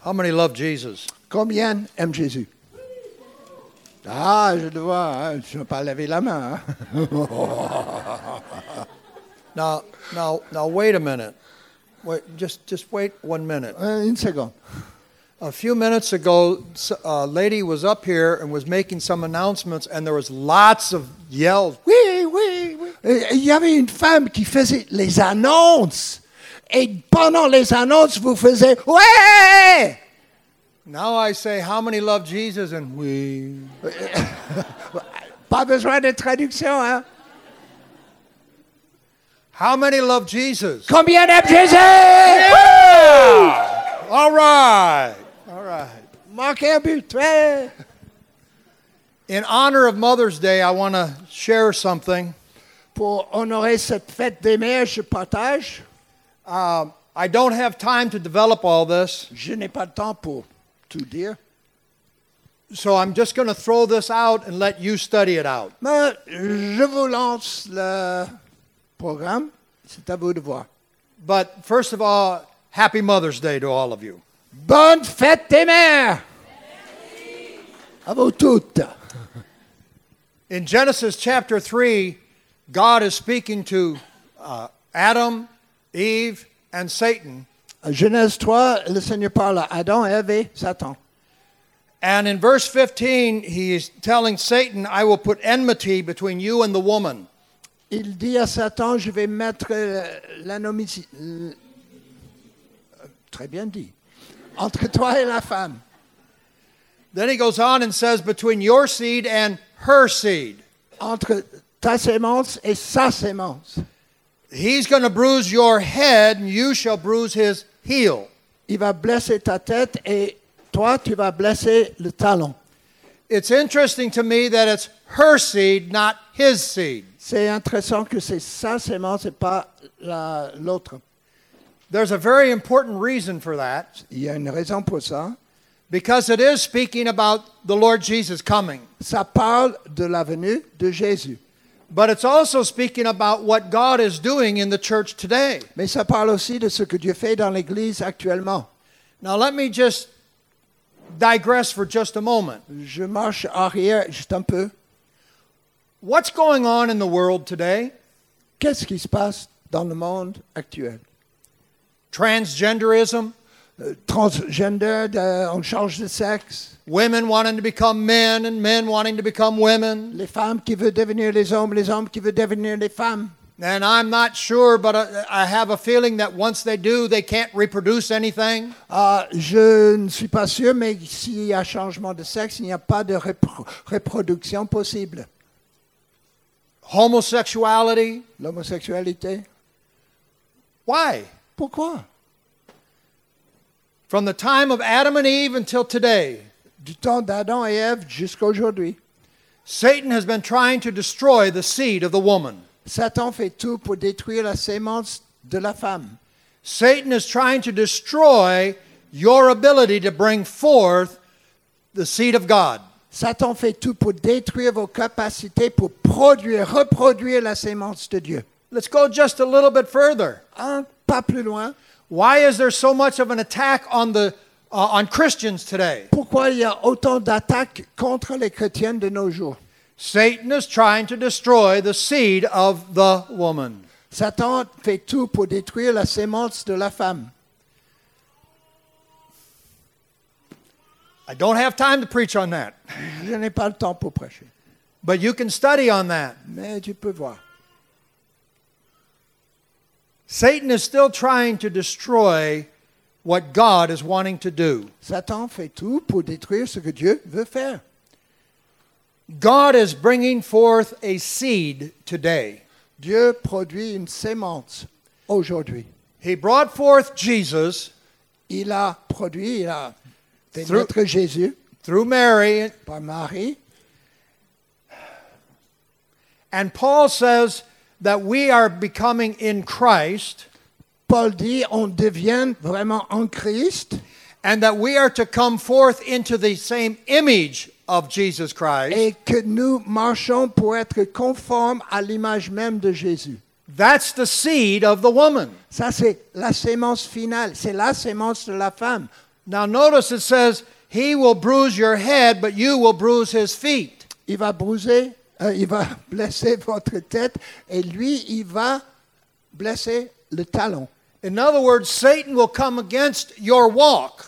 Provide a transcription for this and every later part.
How many love Jesus? Combien aiment Jésus? Ah, je le vois, hein, je ne vais pas laver la main. hein. Now, now, now, wait a minute. Wait, just, just wait one minute. Euh, Une seconde. A few minutes ago, s- a lady was up here and was making some announcements, and there was lots of yells. Oui, oui, oui. Et- et Il y avait une femme qui faisait les annonces. Et pendant les annonces, vous faisiez Ouais Now I say, how many love Jesus? And we. Pas besoin de traduction, hein How many love Jesus? Combien aiment Jésus All right. All right. Manquez un but, ouais. In honor of Mother's Day, I want to share something. Pour honorer cette fête des mères, je partage. Um, I don't have time to develop all this, Je n'ai pas le temps pour tout dire. so I'm just going to throw this out and let you study it out. Mais je vous lance le programme. C'est à vous de voir. But first of all, happy Mother's Day to all of you. Bonne fête des mères À vous toutes. In Genesis chapter 3, God is speaking to uh, Adam, Eve, and Satan. À Genèse 3, le Seigneur parle à Adam, Ève et Satan. And in verse 15, he is telling Satan, I will put enmity between you and the woman. Il dit à Satan, je vais mettre euh, l'anomie... euh, Très bien dit. Entre toi et la femme. Then he goes on and says, between your seed and her seed. Entre ta sémence et sa sémence. He's going to bruise your head, and you shall bruise his heel. Il va blesser ta tête et toi, tu vas blesser le talon. It's interesting to me that it's her seed, not his seed. C'est intéressant que c'est sa sémence et pas la- l'autre. There's a very important reason for that Il y a une raison pour ça. because it is speaking about the Lord Jesus coming, Ça parle de la venue de Jésus. but it's also speaking about what God is doing in the church today. Mais ça parle aussi de ce que Dieu fait dans l'Église actuellement. Now, let me just digress for just a moment. Je marche arrière juste un peu. What's going on in the world today? Qu'est-ce qui se passe dans le monde actuel Transgenderism, Euh, Transgender, de- on change de sexe. women wanting to become men and men wanting to become women. Les femmes qui veulent devenir les hommes, les hommes qui veulent devenir les femmes. And I'm not sure, but I, I have a feeling that once they do, they can't reproduce anything. Ah, je ne suis pas sûr, mais s'il y a changement de sexe, il n'y a pas de repro- reproduction possible. Homosexuality. L'homosexualité Why? Pourquoi From the time of Adam and Eve until today, Du temps d'Adam et Ève jusqu'à aujourd'hui. Satan has been trying to destroy the seed of the woman. Satan fait tout pour détruire la sémence de la femme. Satan is trying to destroy your ability to bring forth the seed of God. Satan fait tout pour détruire vos capacités pour produire, reproduire la sémence de Dieu. Let's go just a little bit further. Un pas plus loin. Why is there so much of an attack on the uh, on Christians today? Pourquoi il y a autant d'attaques contre les chrétiens de nos jours Satan is trying to destroy the seed of the woman. Satan fait tout pour détruire la sémence de la femme. I don't have time to preach on that, Je n'ai pas le temps pour prêcher, but you can study on that. mais tu peux voir. Satan is still trying to destroy what God is wanting to do. Satan fait tout pour détruire ce que Dieu veut faire. God is bringing forth a seed today. Dieu produit une sémence aujourd'hui. He brought forth Jesus Il a produit, il a fait Through- naître Jésus through Mary, par Marie. and Paul says that we are becoming in Christ Paul dit, on devient vraiment en Christ and that we are to come forth into the same image of Jesus Christ. et que nous marchons pour être conformes à l'image même de Jésus. That's the seed of the woman. Ça, c'est la sémence finale, c'est la sémence de la femme. Now notice it says, He will bruise your head, but you will bruise his feet. Il va bruiser, euh, il va blesser votre tête et lui, il va blesser le talon. In other words, Satan will come against your walk.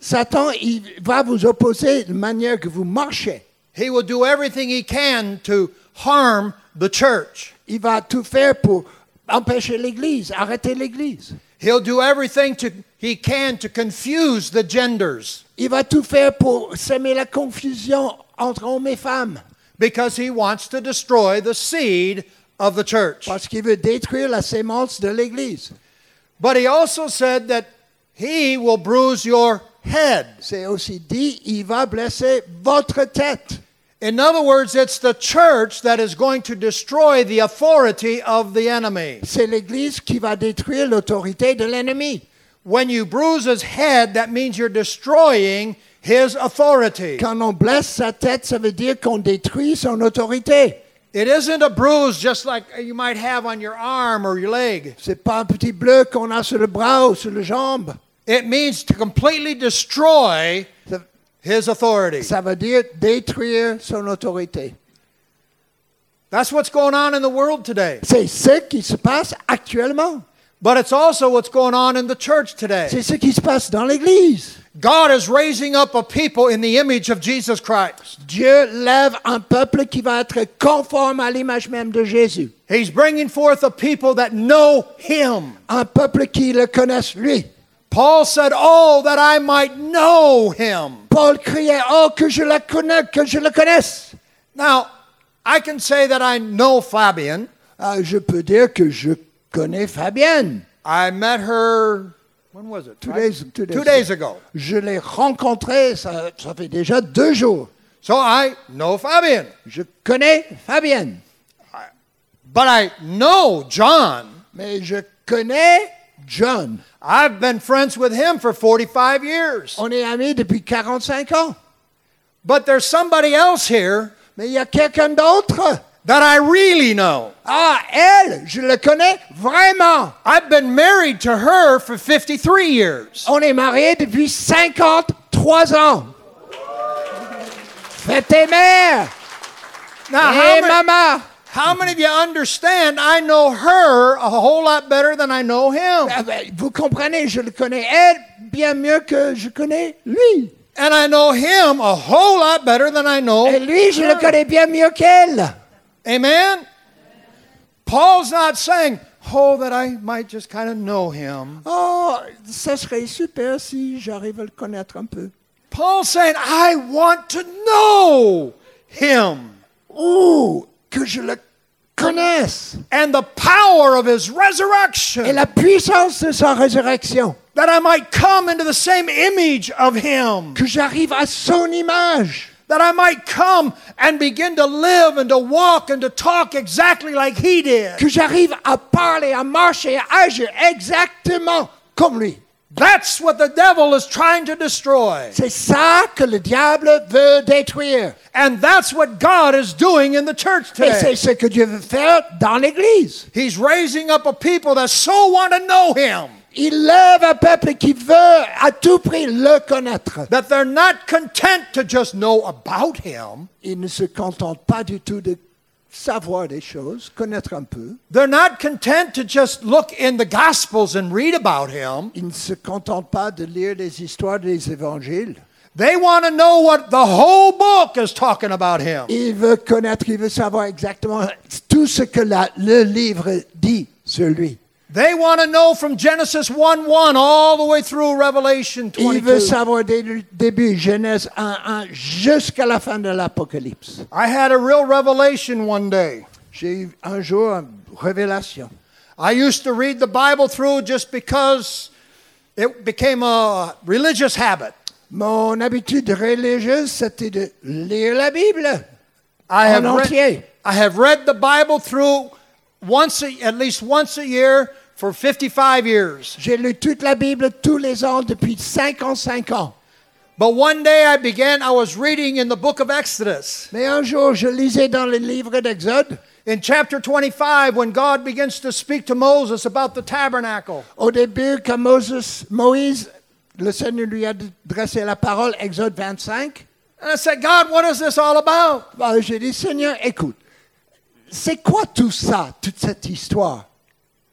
Satan, il va vous opposer de manière que vous marchez. He will do everything he can to harm the church. Il va tout faire pour empêcher l'Église, arrêter l'Église. He'll do everything to, he can to confuse the genders Il va tout faire pour semer la confusion entre hommes et femmes. because he wants to destroy the seed of the church. Parce qu'il veut détruire la sémence de l'Église. But he also said that he will bruise your head. C'est aussi dit, il va blesser votre tête. In other words, it's the church that is going to destroy the authority of the enemy. C'est l'Église qui va détruire l'autorité de l'ennemi. When you bruise his head, that means you're destroying his authority. Quand on blesse sa tête, ça veut dire qu'on détruit son autorité. It isn't a bruise just like you might have on your arm or your leg. C'est pas un petit bleu qu'on a sur le bras ou sur la jambe. It means to completely destroy Ça, his authority. ça veut dire détruire son autorité. That's what's going on in the world today. C'est ce qui se passe actuellement. But it's also what's going on in the church today. C'est ce qui se passe dans l'Église. God is raising up a people in the image of Jesus Christ. Dieu lève un peuple qui va être conforme à l'image même de Jésus. He's bringing forth a people that know him. Un peuple qui le connaisse lui. Paul said, "Oh that I might know him." Paul criait, oh, que je la connais, que je le connaisse. Now, I can say that I know Fabian. Ah, je peux dire que je connais Fabienne. I met her when was it? Two days- two days Two days ago. Je l'ai rencontrée, ça, ça fait déjà deux jours. So I know Fabian, Je connais Fabienne, but I know John. mais je connais John. I've been friends with him for 45 years. On est amis depuis 45 ans. But there's somebody else here Mais il y a quelqu'un d'autre. that I really know. Ah, elle, je le connais vraiment. I've been married to her for 53 years. On est mariés depuis 53 ans. Faites tes mères Now, et how many, maman. how many of you understand I know her a whole lot better than I know him? Ah ben, vous comprenez, je le connais elle bien mieux que je connais lui. And I know him a whole lot better than I know. Et lui, je le her. connais bien mieux qu'elle. Amen? Paul's not saying, oh, that I might just kind of know him. Oh, ça serait super si j'arrive à le connaître un peu. Paul's saying, I want to know him Oh, que je le connaisse. and the power of his Et resurrection, la puissance de sa résurrection. that I might come into the same image of him, Que j'arrive à son image. that I might come and begin to live and to walk and to talk exactly like he did. Que j'arrive à parler, à marcher, à agir exactement comme lui. That's what the devil is trying to destroy. C'est ça que le diable veut détruire. And that's what God is doing in the church Et c'est today. ce que Dieu veut faire dans l'Église. He's raising up a people that so want to know him Il lève un peuple qui veut à tout prix le connaître. that they're not content to just know about him. Ils ne se contentent pas du tout de savoir des choses, connaître un peu. They're not content to just look in the gospels and read about him. Ils ne se contentent pas de lire les histoires des évangiles. They want to know what the whole book is talking about him. Il veut connaître, il veut savoir exactement tout ce que la- le livre dit sur lui. They want to know from Genesis 1 1 all the way through Revelation Il veut 22. savoir dès le début, Genèse 1, 1 jusqu'à la fin de l'Apocalypse. I had a real revelation one day. J'ai eu un jour une révélation. I used to read the Bible through just because it became a religious habit. Mon habitude religieuse, c'était de lire la Bible. I have, En entier. read, I have read the Bible through once a, at least once a year for 55 years. J'ai lu toute la Bible tous les ans depuis 55 ans. But one day I began, I was reading in the book of Exodus. Mais un jour, je lisais dans le livre d'Exode, In chapter 25, when God begins to speak to Moses about the tabernacle, au début, quand Moses- Moïse Le Seigneur lui a adressé la parole, Exode 25. And I said, God, what is this all about? Ben, J'ai dit, Seigneur, écoute, c'est quoi tout ça, toute cette histoire?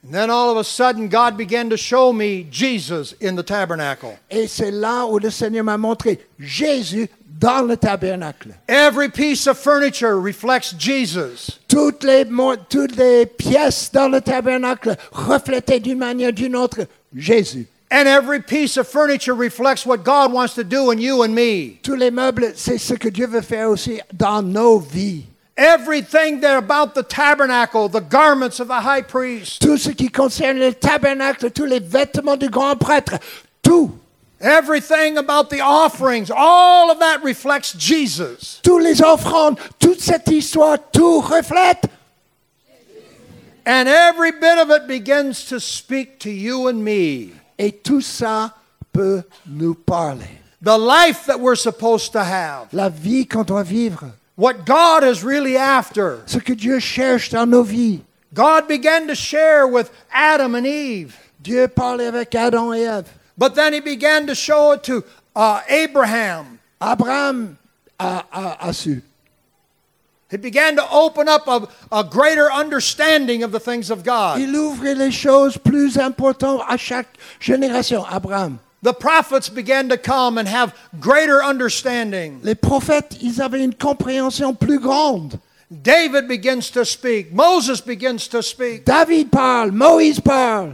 And then all of a sudden, God began to show me Jesus in the tabernacle. Et c'est là où le Seigneur m'a montré Jésus dans le tabernacle. Every piece of furniture reflects Jesus. Toutes les, mo- toutes les pièces dans le tabernacle reflétaient d'une manière ou d'une autre Jésus. And every piece of furniture reflects what God wants to do in you and me. Tous les meubles, c'est ce que Dieu veut faire aussi dans nos vies. Everything that about the tabernacle, the garments of the high priest, Tout ce qui concerne le tabernacle, tous les vêtements du grand prêtre, tout, everything about the offerings, all of that reflects Jesus. tous les offrandes, toute cette histoire, tout reflète. And every bit of it begins to speak to you and me. Et tout ça peut nous parler. The life that we're supposed to have, La vie qu'on doit vivre, what God is really after. ce que Dieu cherche dans nos vies. God began to share with Adam and Eve, Dieu parlait avec Adam et Ève. but then he began to show it to uh, Abraham. Abraham a, a- a su. He began to open up a, a greater understanding of the things of God. Il ouvrait les choses plus importantes à chaque génération. Abraham. The prophets began to come and have greater understanding. Les prophètes, ils avaient une compréhension plus grande. David begins to speak, Moses begins to speak. David parle, Moïse parle.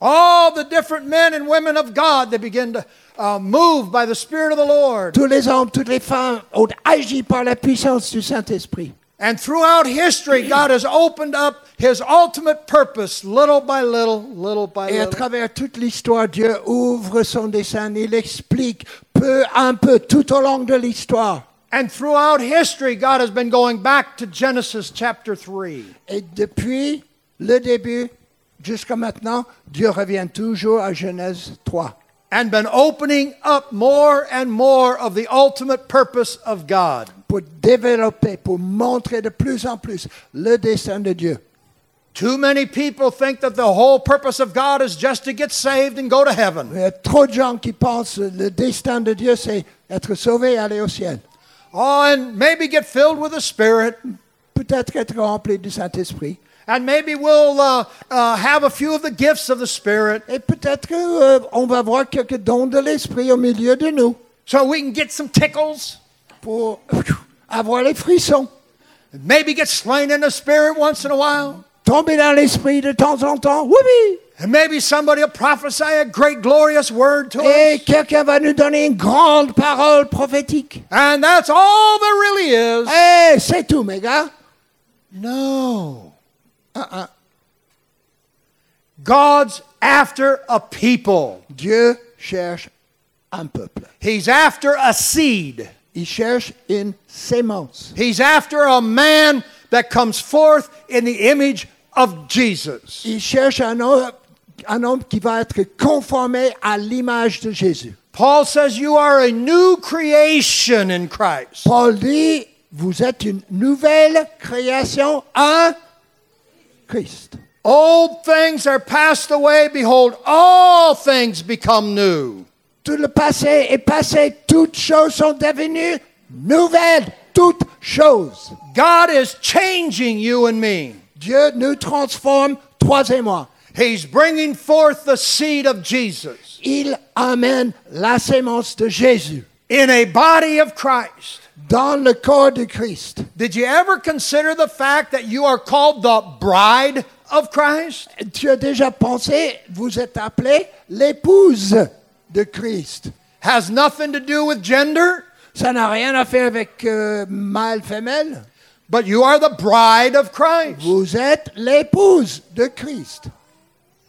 All the different men and women of God, they begin to uh, move by the Spirit of the Lord. Tous les hommes, toutes les femmes ont agi par la puissance du Saint-Esprit. And throughout history, God has opened up his ultimate purpose little by little, little by Et à little. travers toute l'histoire, Dieu ouvre son dessein, il explique peu à peu tout au long de l'histoire. And throughout history, God has been going back to Genesis chapter 3. Et depuis le début jusqu'à maintenant, Dieu revient toujours à Genèse 3 And been opening up more and more of the ultimate purpose of God. pour développer, pour montrer de plus en plus le dessein de Dieu. Too many people think that the whole purpose of God is just to get saved and go to heaven. Il y a trop de gens qui pensent que le destin de Dieu, c'est être sauvé et aller au ciel. Oh, and maybe get filled with the Spirit, Peut-être être rempli du Saint-Esprit. and maybe we'll uh, uh, have a few of the gifts of the Spirit Et peut-être qu'on va avoir quelques dons de l'Esprit au milieu de nous so we can get some tickles, pour avoir les frissons. and maybe get slain in the Spirit once in a while. Tomber dans l'Esprit de temps en temps. Oui, oui. And maybe somebody will prophesy a great, glorious word to Et us. quelqu'un va nous donner une grande parole prophétique. And that's all there really is. Eh, c'est tout, mes gars. No. Uh-uh. God's after a people. Dieu cherche un peuple. He's after a seed. Il cherche une sémence. He's after a man that comes forth in the image of Jesus. Il cherche un homme, un homme qui va être conformé à l'image de Jésus. Paul says you are a new creation in Christ. Paul dit, vous êtes une nouvelle création en Christ. Old things are passed away. Behold, all things become new. Tout le passé est passé, toutes choses sont devenues nouvelles, toutes choses. God is changing you and me. Dieu nous transforme, trois et moi. He's bringing forth the seed of Jesus Il amène la sémence de Jésus in a body of Christ. dans le corps de Christ. Did you ever consider the fact that you are called the bride of Christ? Tu as déjà pensé, vous êtes appelé l'épouse de Christ. Has nothing to do with gender, Ça n'a rien à faire avec euh, mâle, femelle. but you are the bride of Christ, Vous êtes l'épouse de Christ.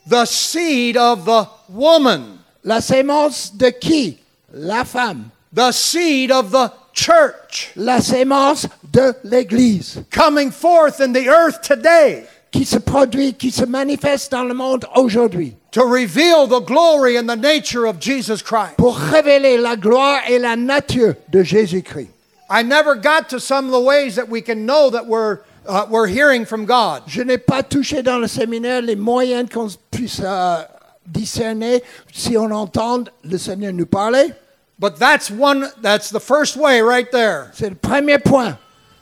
the seed of the woman, La sémence de qui La femme. the seed of the church La sémence de l'Église coming forth in the earth today qui se produit, qui se manifeste dans le monde aujourd'hui to reveal the glory and the nature of Jesus Christ. pour révéler la gloire et la nature de Jésus-Christ. I never got to some of the ways that we can know that we're, uh, we're hearing from God. Je n'ai pas touché dans le séminaire les moyens qu'on puisse euh, discerner si on entend le Seigneur nous parler. But that's one, that's the first way right there. C'est le premier point.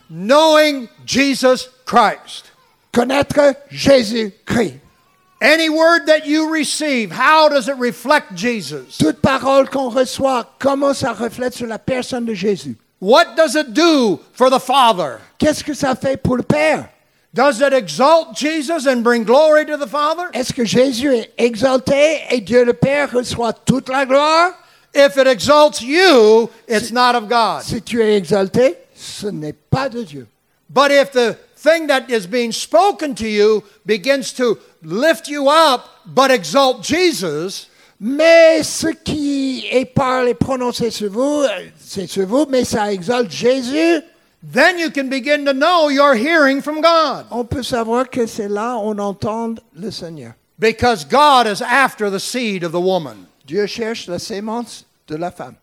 Knowing Jesus Christ. Connaître Jésus-Christ. Any word that you receive, how does it reflect Jesus? Toute parole qu'on reçoit, comment ça reflète sur la personne de Jésus What does it do for the Father? Qu'est-ce que ça fait pour le Père Does it exalt Jesus and bring glory to the Father? Est-ce que Jésus est exalté et Dieu le Père reçoit toute la gloire If it exalts you, it's not of God. Si tu es exalté, ce n'est pas de Dieu. But if the thing that is being spoken to you begins to lift you up but exalt Jesus, Mais ce qui est parlé, prononcé sur vous, euh, c'est sur vous, mais ça exalte Jésus. then you can begin to know you're hearing from God. On peut savoir que c'est là on entend le Seigneur. Because God is after the seed of the woman. Dieu cherche la sémence de la femme.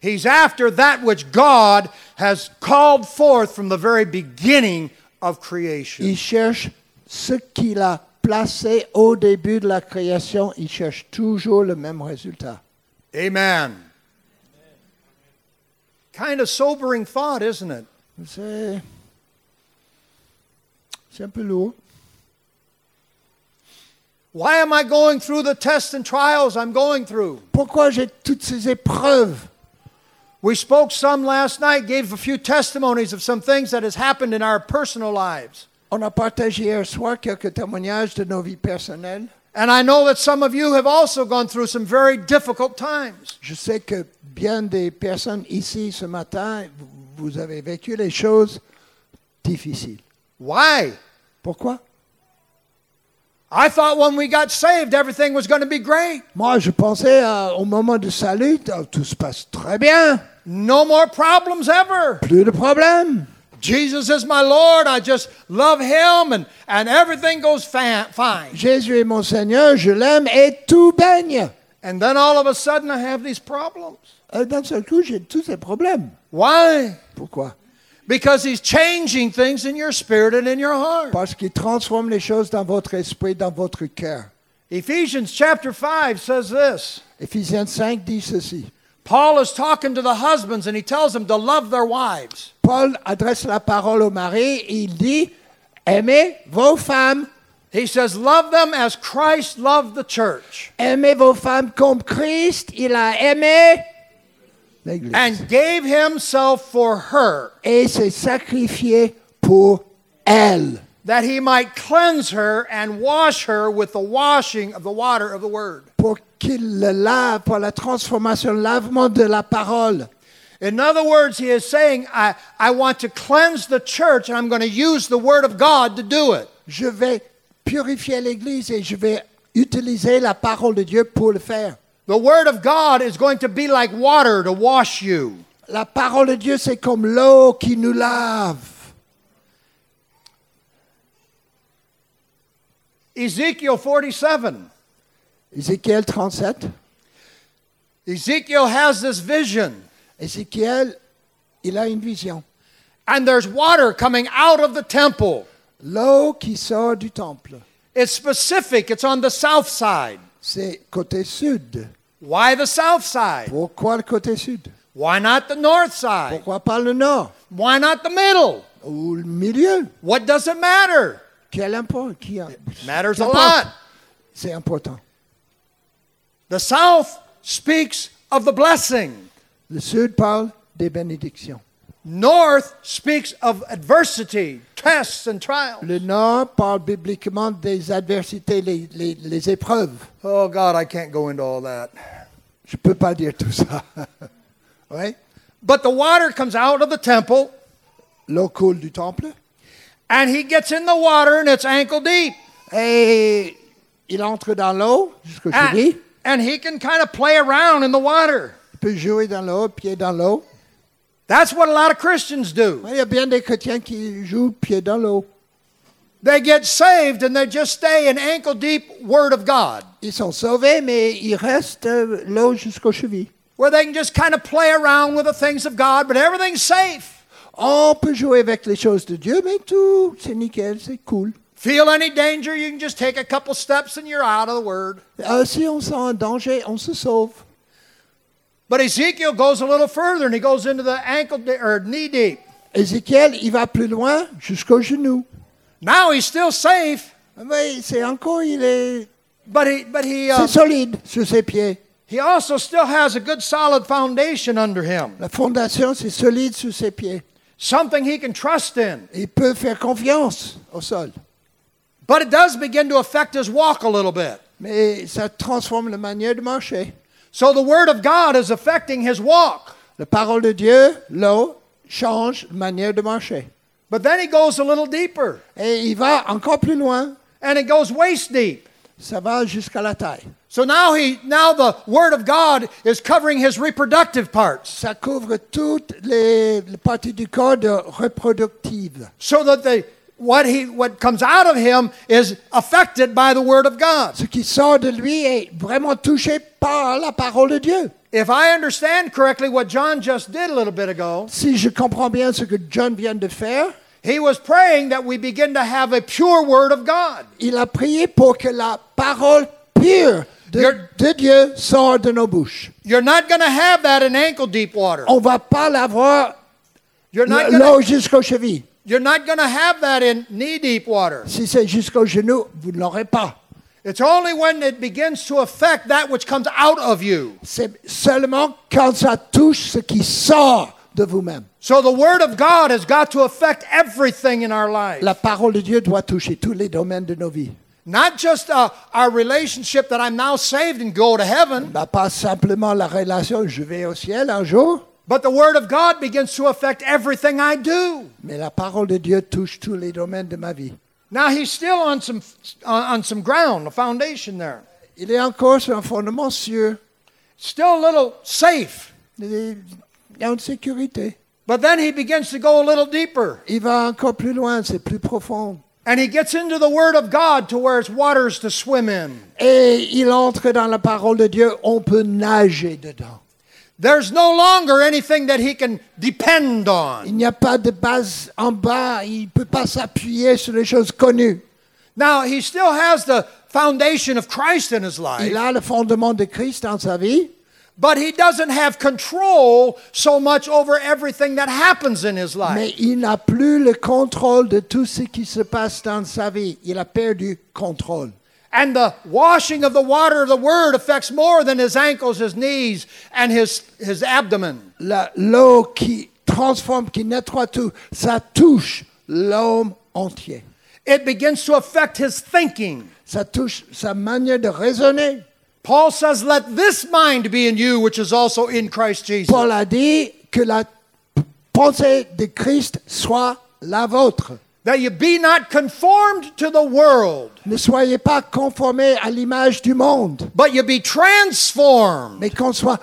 He's after that which God has called forth from the very beginning of creation. Il cherche ce qu'il a placé au début de la création. Il cherche toujours le même résultat. Amen. Kind of sobering thought, isn't it? C'est c'est un peu lourd. Why am I going through the tests and trials I'm going through? Pourquoi j'ai toutes ces épreuves We spoke some last night, gave a few testimonies of some things that has happened in our personal lives. On a partagé hier soir quelques témoignages de nos vies personnelles. And I know that some of you have also gone through some very difficult times. Je sais que bien des personnes ici ce matin, vous- vous avez vécu des choses difficiles. Why? Pourquoi I thought when we got saved, everything was going to be great. Moi, je pensais euh, au moment du salut, oh, tout se passe très bien, No more problems ever. plus de problème. Jesus is my Lord. I just love Him, and, and everything goes fa- fine. Jésus est mon Seigneur, je l'aime et tout baigne. And then all of a sudden, I have these problems. Euh, D'un seul coup, j'ai tous ces problèmes. Why? Pourquoi Because He's changing things in your spirit and in your heart. Parce qu'il transforme les choses dans votre esprit, dans votre cœur. Ephesians chapter 5 says this Éphésiens 5 dit ceci. Paul is talking to the husbands, and he tells them to love their wives. Paul adresse la parole au mari et il dit, aimez vos femmes, He says, Love them as Christ loved the church aimez vos femmes comme Christ, il a aimé l'Église. and gave Himself for her. Et s'est sacrifié pour elle, that he might cleanse her and wash her with the washing of the water of the word. pour qu'il le lave, pour la transformation, le lavement de la parole. In other words, he is saying, I, I want to cleanse the church and I'm going to use the word of God to do it. Je vais purifier l'Église et je vais utiliser la parole de Dieu pour le faire. The word of God is going to be like water to wash you. La parole de Dieu, c'est comme l'eau qui nous lave. Ezekiel 47. Ézéchiel 37. Ezekiel has this vision, Ézéchiel, il a une vision. and there's water coming out of the temple. L'eau qui sort du temple, It's specific, it's on the south side. c'est côté sud. Why the south side? Pourquoi le côté sud Why not the north side? Pourquoi pas le nord Why not the middle? ou le milieu What does it matter? Quel import qui a- matters a Qu'importe. lot. C'est important. The South speaks of the blessing. Le sud parle des bénédictions. North speaks of adversity, tests, and trials. Le nord parle bibliquement des adversités, les, les- les épreuves. Oh, God, I can't go into all that. Je ne peux pas dire tout ça. ouais. But the water comes out of the temple, L'eau coule du temple and he gets in the water, and it's ankle deep. et il entre dans l'eau jusqu'au And, cheville. and he can kind of play around in the water. Il peut jouer dans l'eau, pied dans l'eau. That's what a lot of Christians do. Ouais, Il y a bien des chrétiens qui jouent pied dans l'eau. They get saved, and they just stay in ankle deep Word of God, Ils sont sauvés, mais il reste euh, l'eau jusqu'aux chevilles. where they can just kind of play around with the things of God, but everything's safe. On peut jouer avec les choses de Dieu, mais tout, c'est nickel, c'est cool. Feel any danger, you can just take a couple steps and you're out of the word. Euh, si on sent un danger, on se sauve. But Ezekiel goes a little further and he goes into the ankle de- or knee deep. Ézéchiel, il va plus loin jusqu'au genou. Now he's still safe, Mais c'est encore, il est, but he but he uh, c'est solide sur ses pieds. he also still has a good solid foundation under him. La fondation, c'est solide sur ses pieds. Something he can trust in. Il peut faire confiance au sol. But it does begin to affect his walk a little bit. Mais ça transforme la manière de marcher. So the word of God is affecting his walk. La parole de Dieu, l'eau, change la manière de marcher. But then he goes a little deeper Et il va encore plus loin. and it goes waist deep. Ça va jusqu'à la taille. So now he now the word of God is covering his reproductive parts Ça couvre toutes les, les parties du corps de- reproductives. so that the what he what comes out of him is affected by the word of God. Ce qui sort de lui est vraiment touché par la parole de Dieu. If I understand correctly what John just did a little bit ago, Si je comprends bien ce que John vient de faire, he was praying that we begin to have a pure word of God. il a prié pour que la parole pure de, Your- de Dieu sorte de nos bouches. You're not going to have that in ankle deep water. On va pas l'avoir You're not l- going l'eau to jusqu'aux chevilles. you're not going to have that in knee deep water. Si c'est jusqu'aux genoux, vous ne l'aurez pas. It's only when it begins to affect that which comes out of you. C'est seulement quand ça touche ce qui sort de vous-même. So the word of God has got to affect everything in our life. La parole de Dieu doit toucher tous les domaines de nos vies. Not just uh, our relationship that I'm now saved and go to heaven, Bah, pas simplement la relation je vais au ciel un jour, but the word of God begins to affect everything I do. mais la parole de Dieu touche tous les domaines de ma vie. Now he's still on some on, on some ground, a foundation there. Il est encore sur un fondement sûr. Still a little safe. Il est- il y a une sécurité. But then he begins to go a little deeper Il va encore plus loin, c'est plus profond. and he gets into the word of God to where it's waters to swim in. Et il entre dans la parole de Dieu, on peut nager dedans. There's no longer anything that he can depend on. Il n'y a pas de base en bas, il ne peut pas s'appuyer sur les choses connues. Now, he still has the foundation of Christ in his life, Il a le fondement de Christ dans sa vie, but he doesn't have control so much over everything that happens in his life. mais il n'a plus le contrôle de tout ce qui se passe dans sa vie. Il a perdu contrôle. And the washing of the water of the word affects more than his ankles, his knees, and his, his abdomen. La- L'eau qui transforme, qui nettoie tout, ça touche l'homme entier. It begins to affect his thinking. Ça touche sa manière de raisonner. Paul says, Let this mind be in you, which is also in Christ Jesus. Paul a dit que la pensée de Christ soit la vôtre. That you be not conformed to the world, Ne soyez pas conformés à l'image du monde, but you be transformed. mais qu'on soit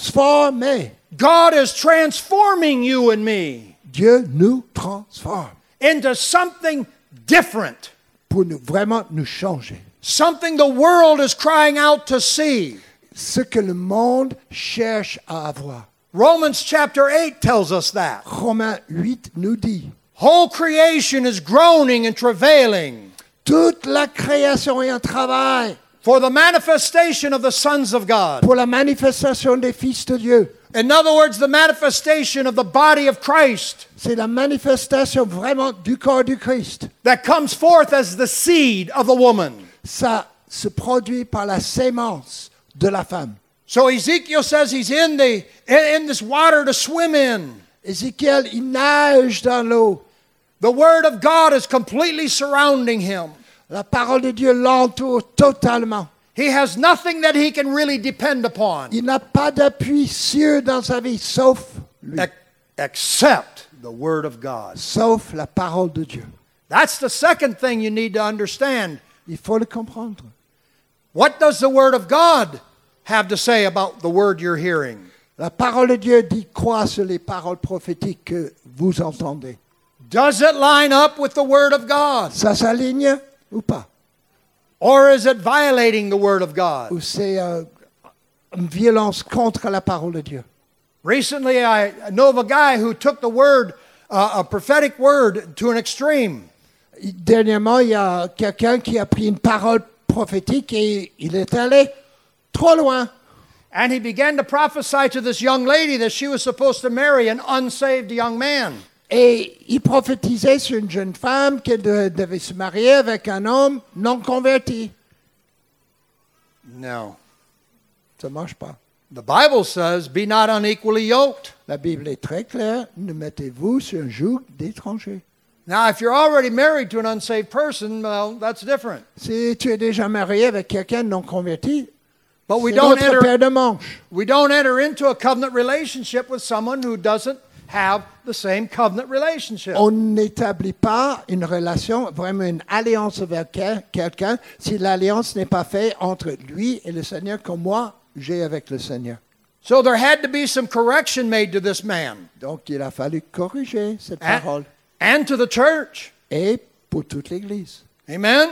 transformés. God is transforming you and me Dieu nous transforme into something different, pour nous, vraiment nous changer. something the world is crying out to see. Ce que le monde cherche à avoir. Romans chapter 8 tells us that. Romains 8 nous dit, Whole creation is groaning and travailing toute la création est un travail for the manifestation of the sons of God. pour la manifestation des fils de Dieu. In other words, the manifestation of the body of Christ C'est la manifestation vraiment du corps du Christ. that comes forth as the seed of the woman. ça se produit par la sémence de la femme. So Ezekiel says he's in the in in this water to swim in. Ézéchiel, il nage dans l'eau. The word of God is completely surrounding him. La parole de Dieu l'entoure totalement. He has nothing that he can really depend upon Il n'a pas d'appui sûr dans sa vie, sauf lui, ex- e-, except the Word of God. sauf la parole de Dieu. That's the second thing you need to understand. Il faut le comprendre. What does the Word of God have to say about the Word you're hearing? La parole de Dieu dit croire sur les paroles prophétiques que vous entendez. Does it line up with the Word of God? Ça s'aligne ou pas Or is it violating the Word of Ou God? c'est euh, une violence contre la parole de Dieu Recently, I know of a guy who took the Word, uh, a prophetic Word, to an extreme. dernièrement, il y a quelqu'un qui a pris une parole prophétique et il est allé trop loin. And he began to prophesy to this young lady that she was supposed to marry an unsaved young man. Et il prophétisait sur une jeune femme qui de- devait se marier avec un homme non converti. No. Ça ne marche pas. The Bible says, Be not unequally yoked. La Bible est très claire, ne mettez-vous sur un joug d'étranger. Now, if you're already married to an unsaved person, well, that's different. Si tu es déjà marié avec quelqu'un non converti, But we c'est don't, notre enter, paire de manches. we don't enter into a covenant relationship with someone who doesn't have the same covenant relationship. On n'établit pas une relation, vraiment une alliance avec quel- quelqu'un, si l'alliance n'est pas faite entre lui et le Seigneur comme moi, j'ai avec le Seigneur. So there had to be some correction made to this man Donc il a fallu corriger cette parole. and, and to the church. Et pour toute l'Église. Amen?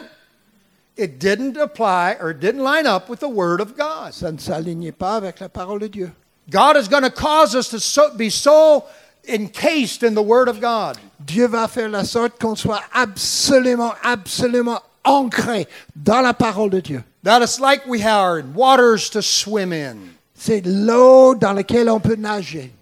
It didn't apply or didn't line up with the Word of God. Ça ne s'alignait pas avec la parole de Dieu. God is going to cause us to so, be so encased in the Word of God. Dieu va faire la sorte qu'on soit absolument, absolument ancré dans la parole de Dieu. That it's like we are in waters to swim in. C'est l'eau dans laquelle on peut nager.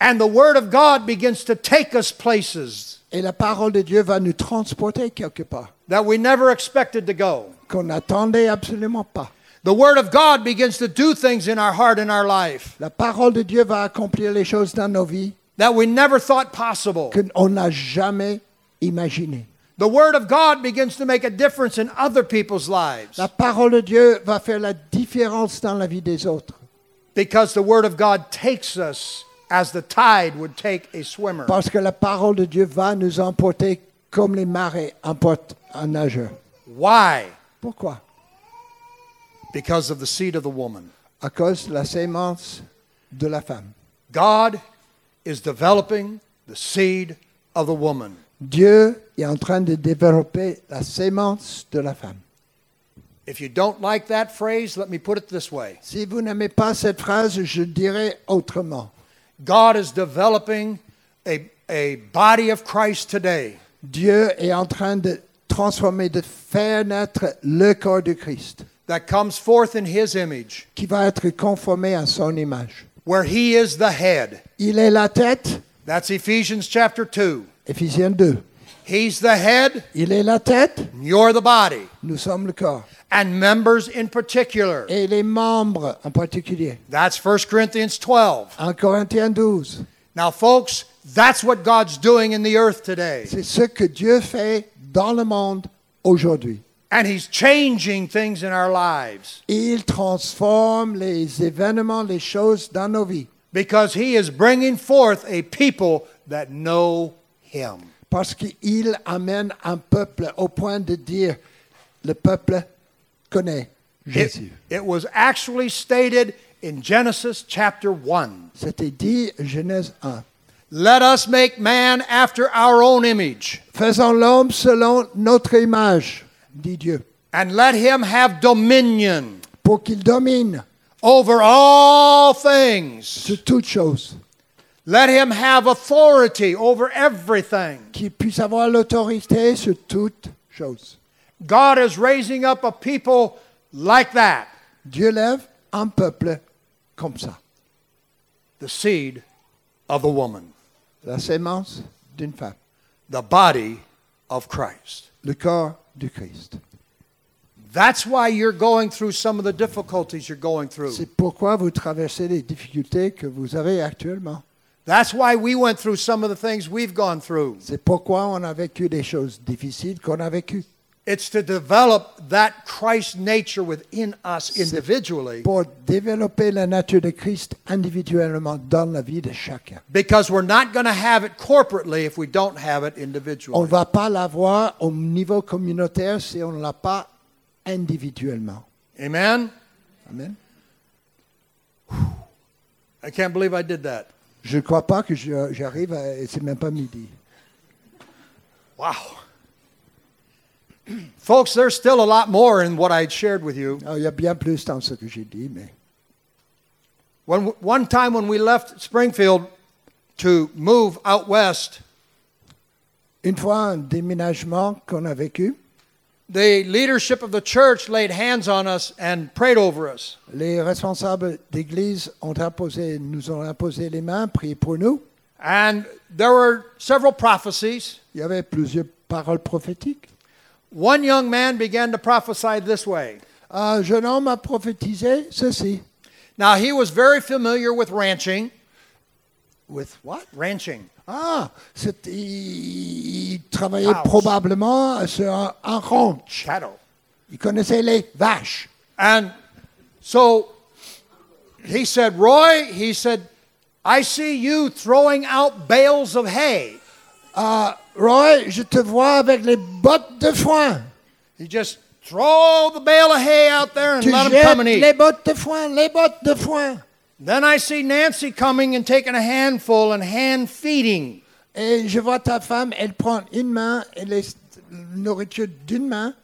And the Word of God begins to take us places Et la parole de Dieu va nous transporter quelque part that we never expected to go. qu'on n'attendait absolument pas. The Word of God begins to do things in our heart and our life La parole de Dieu va accomplir les choses dans nos vies that we never thought possible. qu'on n'a jamais imaginées. The Word of God begins to make a difference in other people's lives La parole de Dieu va faire la différence dans la vie des autres. because the Word of God takes us as the tide would take a swimmer. Parce que la parole de Dieu va nous emporter comme les marées emportent un nageur. Why? Pourquoi Because of the seed of the woman. À cause de la sémence de la femme. God is developing the seed of the woman. Dieu est en train de développer la sémence de la femme. If you don't like that phrase, let me put it this way Si vous n'aimez pas cette phrase, je dirais autrement. God is developing a, a body of Christ today Dieu est en train de transformer, de faire naître le corps du Christ, that comes forth in his image, qui va être conformé à son image. where he is the head. Il est la tête, That's Ephesians chapter 2. Éphésiens 2. He's the head, Il est la tête, and you're the body, nous sommes le corps. and members in particular. Et les membres en particulier. That's 1 Corinthians 12. En Corinthiens 12. Now, folks, that's what God's doing in the earth today. C'est ce que Dieu fait dans le monde aujourd'hui. And he's changing things in our lives. Il transforme les événements, les choses dans nos vies. Because he is bringing forth a people that know him. Parce qu'il amène un peuple au point de dire, le peuple connaît It, Jésus. it was actually stated in Genesis chapter 1. C'était dit, Genèse 1. Let us make man after our own image, Faisons l'homme selon notre image, dit Dieu, and let him have dominion pour qu'il domine over all things. sur toutes choses, Let him have authority over everything. qu'il puisse avoir l'autorité sur toutes choses. God is raising up a people like that, Dieu lève un peuple comme ça, the seed of the woman, la sémence d'une femme, the body of Christ. le corps du Christ. That's why you're going through some of the difficulties you're going through. C'est pourquoi vous traversez les difficultés que vous avez actuellement. That's why we went through some of the things we've gone through. C'est pourquoi on a vécu des choses difficiles qu'on a vécues. It's to develop that Christ nature within us individually Pour développer la nature de Christ individuellement dans la vie de chacun. because we're not going to have it corporately if we don't have it On ne individually. va pas l'avoir au niveau communautaire si on ne l'a pas individuellement. Amen? Amen. I can't believe I did that. Je ne crois pas que je- j'arrive à... et C'est même pas midi. Wow. Folks, there's still a lot more in what I had shared with you. Alors, Ah, il y a bien plus dans ce que j'ai dit, mais... When, one time when we left Springfield to move out west, Une fois un déménagement qu'on a vécu, The leadership of the church laid hands on us and prayed over us. les responsables d'église ont imposé, nous ont imposé les mains, prié pour nous. And there were several prophecies. Il y avait plusieurs paroles prophétiques. One young man began to prophesy this way. Un jeune homme a prophétisé ceci. Now, he was very familiar with ranching. With what? Ranching. Ah, c'est- il, il travaillait House. probablement sur un, un ranch. Cattle. Il connaissait les vaches. And so he said, Roy, he said, I see you throwing out bales of hay. Roy, je te vois avec les bottes de foin. You just throw the bale of hay out there and Tu let them come jettes and eat. les bottes de foin, les bottes de foin. Then I see Nancy coming and taking a handful and hand feeding. Et je vois ta femme, elle prend une main et laisse nourriture d'une main,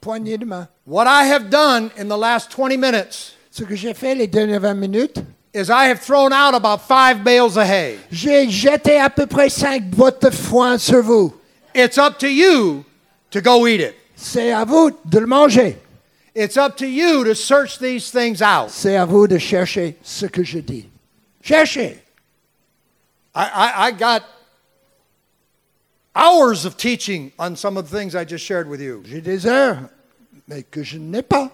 poignée de main. What I have done in the last 20 minutes Ce que j'ai fait les dernières 20 minutes, is I have thrown out about five bales of hay. j'ai jeté à peu près cinq bottes de foin sur vous. It's up to you to go eat it. C'est à vous de le manger. It's up to you to search these things out. C'est à vous de chercher ce que je dis. Cherchez. I, I, I got hours of teaching on some of the things I just shared with you, J'ai des heures, mais que je n'ai pas.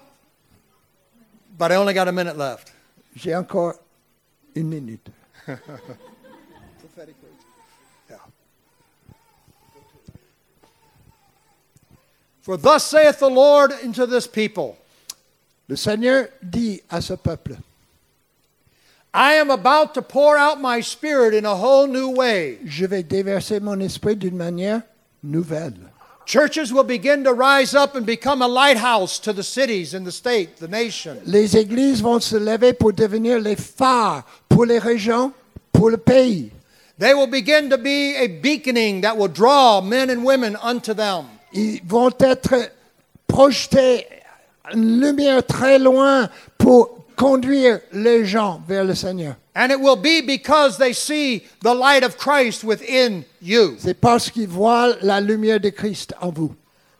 but I only got a minute left. J'ai encore une minute. For thus saith the Lord unto this people Le Seigneur dit à ce peuple, I am about to pour out my spirit in a whole new way. je vais déverser mon esprit d'une manière nouvelle. Churches will begin to rise up and become a lighthouse to the cities and the state, the nation. Les églises vont se lever pour devenir les phares pour les régions, pour le pays. They will begin to be a beaconing that will draw men and women unto them. Ils vont être projetés une lumière très loin pour conduire les gens vers le Seigneur. And it will be because they see the light of Christ within you. C'est parce qu'ils voient la lumière de Christ en vous.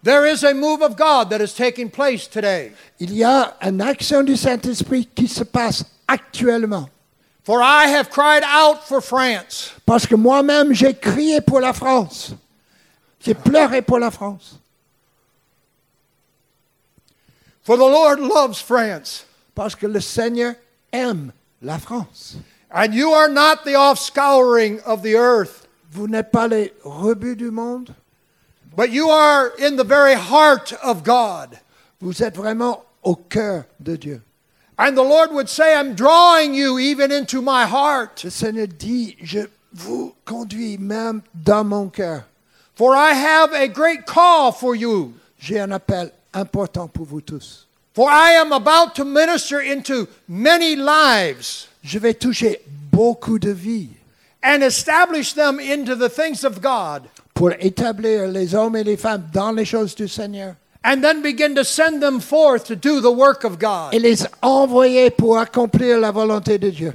There is a move of God that is taking place today. Il y a une action du Saint-Esprit qui se passe actuellement. For I have cried out for France. Parce que moi-même, j'ai crié pour la France. J'ai pleuré pour la France. For the Lord loves France. Parce que le Seigneur aime la France. And you are not the offscouring of the earth, Vous n'êtes pas les rebuts du monde. but you are in the very heart of God. Vous êtes vraiment au cœur de Dieu. And the Lord would say, I'm drawing you even into my heart. Le Seigneur dit, je vous conduis même dans mon cœur. For I have a great call for you. J'ai un appel important pour vous tous. For I am about to minister into many lives Je vais toucher beaucoup de vies and establish them into the things of God, pour établir les hommes et les femmes dans les choses du Seigneur and then begin to send them forth to do the work of God. et les envoyer pour accomplir la volonté de Dieu.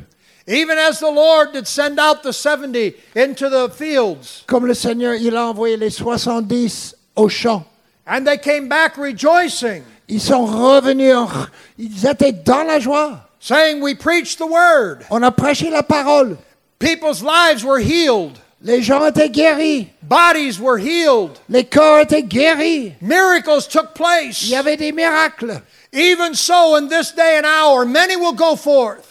Even as the Lord did send out the 70 into the fields, Comme le Seigneur, il a envoyé les 70 au champ. and they came back rejoicing, Ils sont revenus, en- ils étaient dans la joie. saying, We preached the word. On a prêché la parole. People's lives were healed, Les gens étaient guéris. bodies were healed. Les corps étaient guéris. Miracles took place. Il y avait des miracles. Even so, in this day and hour, many will go forth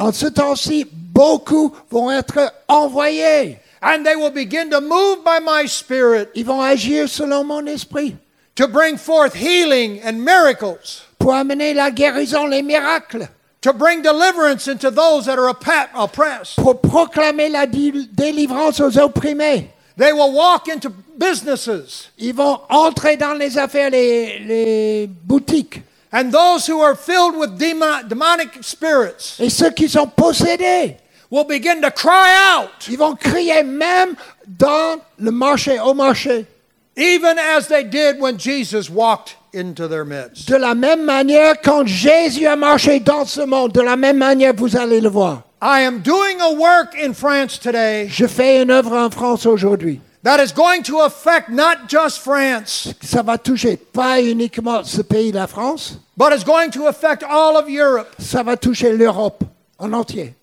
En ce temps-ci, beaucoup vont être envoyés. and they will begin to move by my Spirit Ils vont agir selon mon esprit to bring forth healing and miracles, pour amener la guérison, les miracles, to bring deliverance into those that are oppa- oppressed. pour proclamer la di- délivrance aux opprimés. They will walk into businesses, Ils vont entrer dans les affaires, les, les boutiques. and those who are filled with demon- demonic spirits Et ceux qui sont possédés, will begin to cry out, ils vont crier même dans le marché, au marché. even as they did when Jesus walked into their midst. De la même manière, quand Jésus a marché dans ce monde, de la même manière, vous allez le voir. I am doing a work in France today Je fais une œuvre en France aujourd'hui that is going to affect not just France, Ça va toucher pas uniquement ce pays, la France, but is going to affect all of Europe. ça va toucher l'Europe en entier.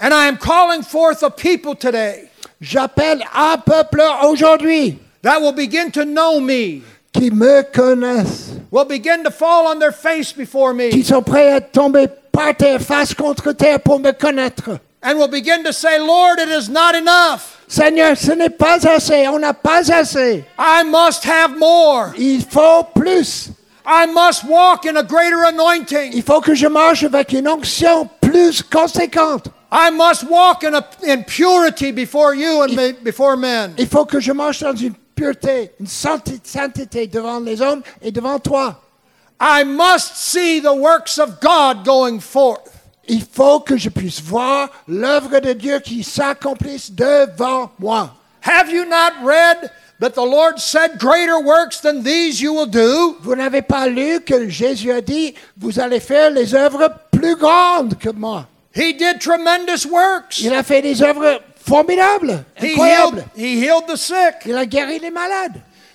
And I am calling forth a people today J'appelle un peuple aujourd'hui that will begin to know me, qui me connaissent, will begin to fall on their face before qui me, sont prêts à tomber par terre, face contre terre pour me connaître. and will begin to say, Lord, it is not enough. Seigneur, ce n'est pas assez, on n'a pas assez. I must have more. Il faut plus. I must walk in a greater anointing. Il faut que je marche avec une onction plus conséquente. I must walk in, a, in purity before you and be- before men. Il faut que je marche dans une pureté, une sainti- sainteté devant les hommes et devant toi. I must see the works of God going forth. Il faut que je puisse voir l'œuvre de Dieu qui s'accomplisse devant moi. Have you not read that the Lord said, Greater works than these you will do? Vous n'avez pas lu que Jésus a dit, vous allez faire les œuvres plus grandes que moi. He did tremendous works. Il a fait des œuvres formidables, He healed, incroyables. he healed the sick. Il a guéri les malades.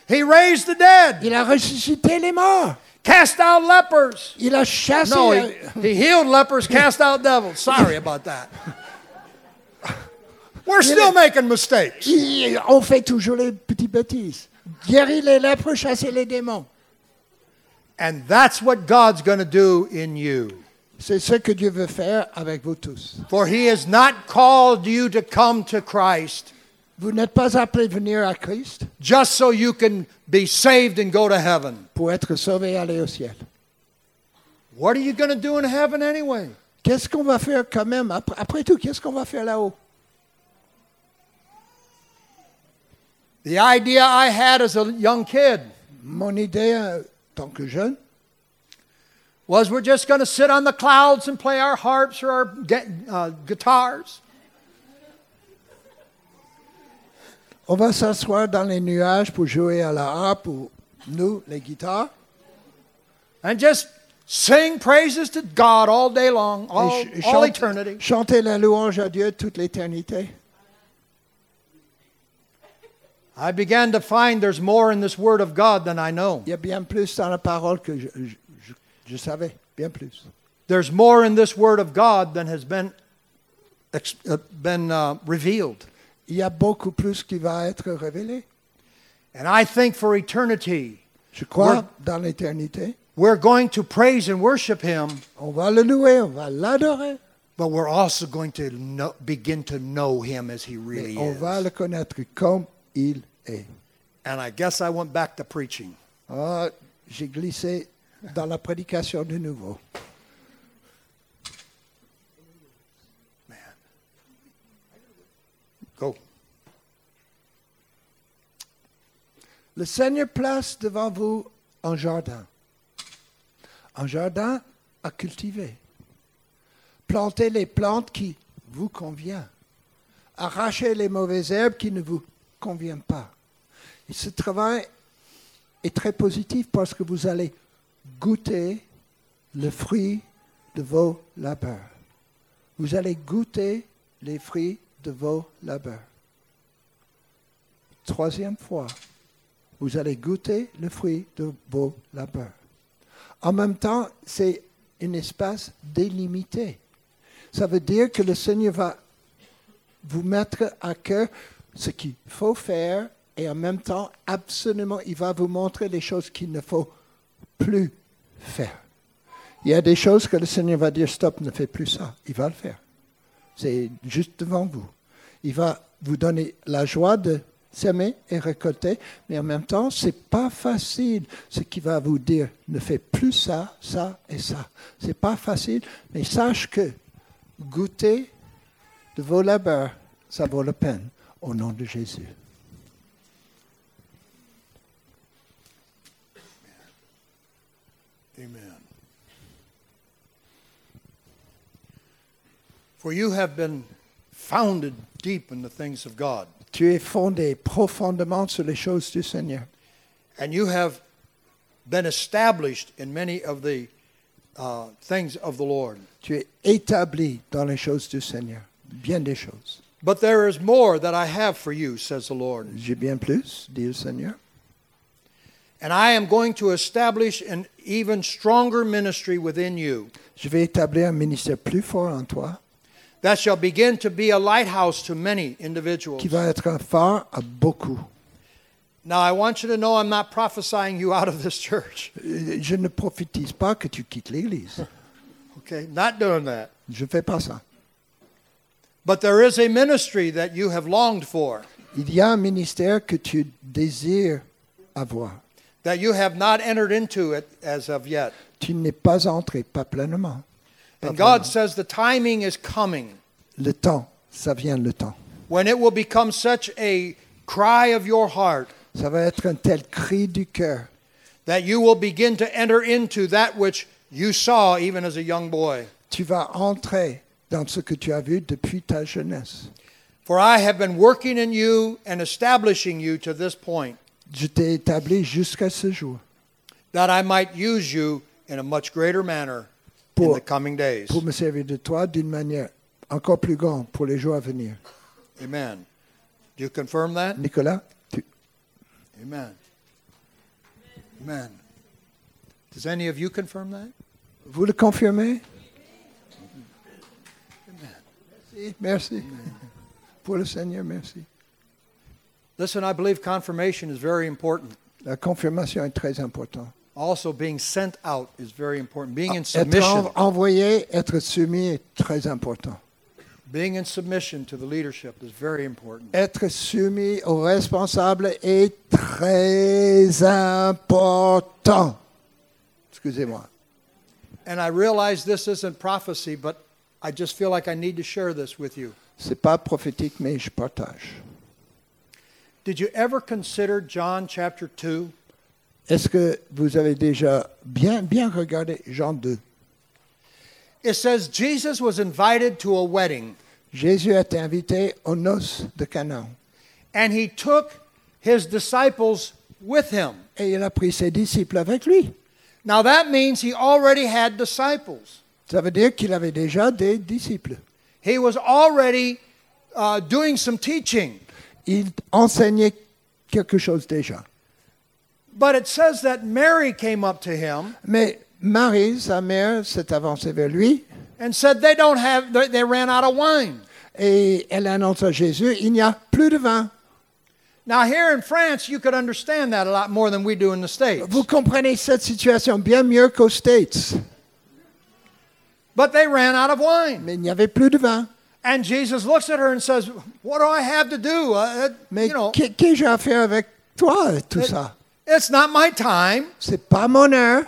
He raised the dead. Il a ressuscité les morts. Cast out lepers. Il a chassé. No, euh, he, he healed lepers, cast out devils. Sorry about that. We're still making mistakes. il- on fait toujours les petites bêtises. Guérir les lèpres, chasser les démons. And that's what God's going to do in you. C'est ce que Dieu veut faire avec vous tous. For he has not called you to come to Christ Vous n'êtes pas appelés à venir à Christ just so you can be saved and go to heaven. pour être sauvés et aller au ciel. What are you going to do in heaven anyway? Qu'est-ce qu'on va faire quand même Après, après tout, qu'est-ce qu'on va faire là-haut The idea I had as a young kid Mon idée, euh, tant que jeune, was we're just going to sit on the clouds and play our harps or our gu- uh, guitars. on va s'asseoir dans les nuages pour jouer à la harpe ou nous, les guitares, and just sing praises to God all day long, all, et ch- all chante- eternity. chanter la louange à Dieu toute l'éternité. I began to find there's more in this Word of God than I know. Il y a bien plus dans la parole que je, je- je- je savais, bien plus. There's more in this Word of God than has been ex- uh, been uh, revealed. Il y a beaucoup plus qui va être révélé. And I think for eternity, Je crois Ouais. dans l'éternité. we're going to praise and worship Him, On va le louer, on va l'adorer. but we're also going to know, begin to know Him as He really Et on is. va le connaître comme il est. And I guess I went back to preaching. Ah, j'ai glissé dans la prédication de nouveau. Go. Le Seigneur place devant vous un jardin. Un jardin à cultiver. Plantez les plantes qui vous conviennent. Arrachez les mauvaises herbes qui ne vous conviennent pas. Et ce travail est très positif parce que vous allez goûter le fruit de vos labeurs. Vous allez goûter les fruits de vos labeurs. Troisième fois, vous allez goûter le fruit de vos labeurs. En même temps, c'est un espace délimité. Ça veut dire que le Seigneur va vous mettre à cœur ce qu'il faut faire et en même temps, absolument, il va vous montrer les choses qu'il ne faut plus faire. Il y a des choses que le Seigneur va dire, stop, ne fais plus ça. Il va le faire. C'est juste devant vous. Il va vous donner la joie de s'aimer et récolter, mais en même temps, c'est pas facile ce qu'il va vous dire. Ne fais plus ça, ça et ça. C'est pas facile, mais sache que goûter de vos labeurs, ça vaut la peine. Au nom de Jésus. Amen. For you have been founded deep in the things of God, Tu es fondé profondément sur les choses du Seigneur. and you have been established in many of the uh, things of the Lord. Tu es établi dans les choses du Seigneur. Bien des choses. But there is more that I have for you, says the Lord. J'ai bien plus, dit le Seigneur. And I am going to establish an even stronger ministry within you Je vais établir un ministère plus fort en toi, that shall begin to be a lighthouse to many individuals. qui va être un phare à beaucoup. Now, I want you to know I'm not prophesying you out of this church. Euh, Je ne prophétise pas que tu quittes l'Église. Okay, not doing that. Je ne fais pas ça. But there is a ministry that you have longed for, Il y a un ministère que tu désires avoir. that you have not entered into it as of yet. Tu n'es pas entré, pas pleinement. Pas And God pleinement. says the timing is coming Le temps, ça vient le temps. when it will become such a cry of your heart Ça va être un tel cri du cœur that you will begin to enter into that which you saw even as a young boy. tu vas entrer dans ce que tu as vu depuis ta jeunesse. For I have been working in you and establishing you to this point, Je t'ai établi jusqu'à ce jour that I might use you in a much greater manner in Pour- the coming days. pour me servir de toi d'une manière encore plus grande pour les jours à venir. Amen. Do you confirm that? Nicolas, tu- Amen. Amen. Does any of you confirm that? vous le confirmez Merci, merci. Pour le Seigneur, merci. Listen, I believe confirmation is very important. La confirmation est très importante. Also, being sent out is very important. Being in Être submission, en- envoyé, être soumis est très important. being in submission to the leadership is very important. Être soumis aux responsables est très important. Excusez-moi. And I realize this isn't prophecy, but I just feel like I need to share this with you. C'est pas prophétique, mais je partage. Did you ever consider John chapter 2? Est-ce que vous avez déjà bien, bien regardé Jean 2 It says Jesus was invited to a wedding, Jésus a été invité aux noces de Canaan and he took his disciples with him. et il a pris ses disciples avec lui. Now that means he already had disciples. Ça veut dire qu'il avait déjà des disciples. He was already uh, doing some teaching. Il enseignait quelque chose déjà. But it says that Mary came up to him Mais Marie, sa mère, s'est avancée vers lui and said, They don't have, they, they ran out of wine. et elle annonce à Jésus, il n'y a plus de vin. Now, here in France, you could understand that a lot more than we do in the States. Vous comprenez cette situation bien mieux qu'aux States. But they ran out of wine. Mais il n'y avait plus de vin. And Jesus looks at her and says, What do I have to do? Uh, it- Mais you know, qu'est- qu'est-ce que j'ai à faire avec toi, tout it- ça it's not my time. C'est pas mon heure.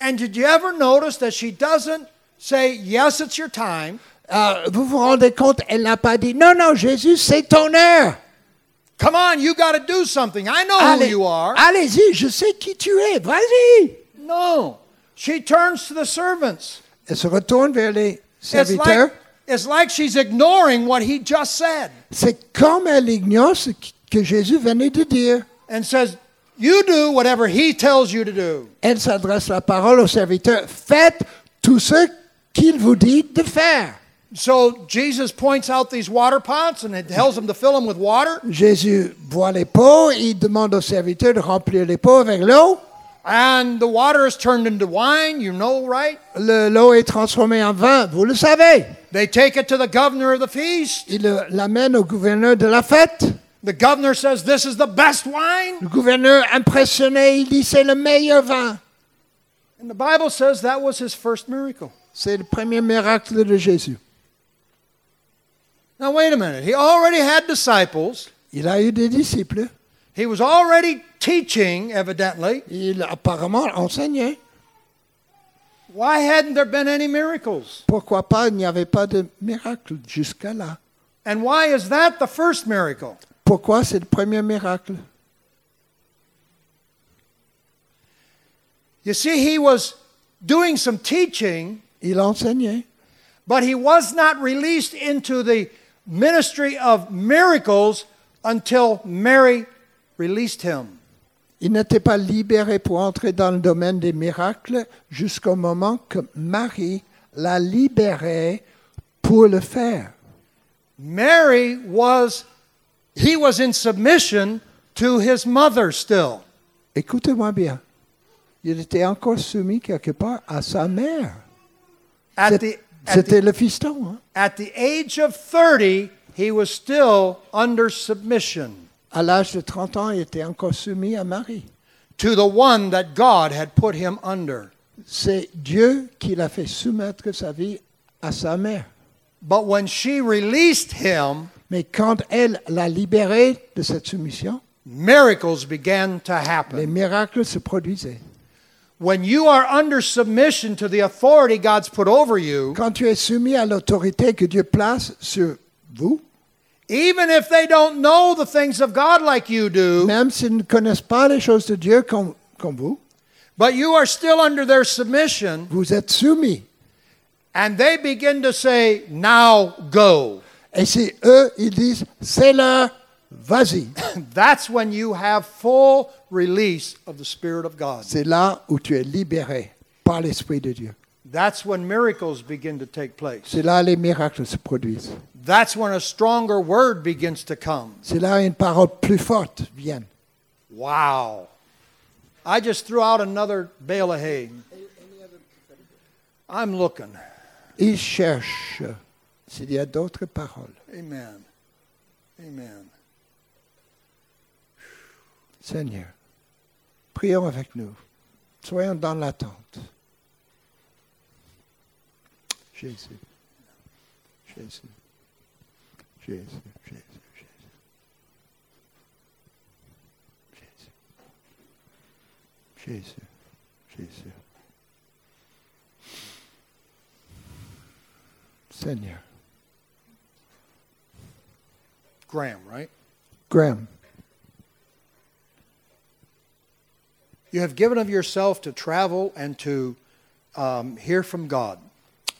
And did you ever notice that she doesn't say, Yes, it's your time. Euh, vous vous rendez compte, elle n'a pas dit non, non, Jésus, c'est ton heure. Come on, you got to do something. I know who Allez, you are. allez-y, je sais qui tu es, vas-y. No. She turns to the servants. Elle se retourne vers les It's serviteurs. like, it's like she's ignoring what he just said C'est comme elle ignore ce qui- que Jésus venait de dire. and says, You do whatever he tells you to do. Elle s'adresse la parole aux serviteurs. Faites tout ce qu'il vous dit de faire. So Jesus points out these water pots and it tells them to fill them with water. Jésus boit les pots, il demande aux serviteurs de remplir les pots avec l'eau. And the water is turned into wine, you know, right? Le- L'eau est transformée en vin, vous le savez. They take it to the governor of the feast. Il le- l'amène au gouverneur de la fête. The governor says, This is the best wine. Le gouverneur impressionné, il dit c'est le meilleur vin. And the Bible says that was his first miracle. C'est le premier miracle de Jésus. Now, wait a minute. He already had disciples, Il a eu des disciples. he was already teaching, evidently. Il a apparemment enseigné. Why hadn't there been any miracles? Pourquoi pas, il n'y avait pas de miracle jusqu'à là. And why is that the first miracle? Pourquoi c'est le premier miracle You see, he was doing some teaching, Il enseignait. but he was not released into the ministry of miracles until Mary released him. Il n'était pas libéré pour entrer dans le domaine des miracles jusqu'au moment que Marie l'a libéré pour le faire. Mary was, he was in submission to his mother still. Écoutez-moi bien. Il était encore soumis quelque part à sa mère. At C'est- the, at, the, C'était le fiston. hein. at the age of 30, he was still under submission À l'âge de 30 ans, il était encore soumis à Marie. to the one that God had put him under. C'est Dieu qui l'a fait soumettre sa vie à sa mère. But when she released him, Mais quand elle l'a libéré de cette soumission, miracles began to les happen. miracles se produisaient. When you are under submission to the authority God's put over you, Quand tu es soumis à l'autorité que Dieu place sur vous, even if they don't know the things of God like you do, même s'ils ne connaissent pas les choses de Dieu comme, comme vous, but you are still under their submission, vous êtes soumis. and they begin to say, Now go. Et si eux, ils disent, c'est l'heure, vas-y. That's when you have full release of the Spirit of God. C'est là où tu es libéré par l'Esprit de Dieu. That's when miracles begin to take place. C'est là les miracles se produisent. That's when a stronger word begins to come. C'est là une parole plus forte vient. Wow. I just threw out another bale of hay. I'm looking. Ils cherchent s'il y a d'autres paroles. Amen. Amen. Seigneur, prions avec nous. Soyons dans l'attente. Jésus. Jésus. Jésus. Jésus. Jésus. Jésus. Jésus. Jésus. Seigneur. Graham, right? Graham, You have given of yourself to travel and to um, hear from God,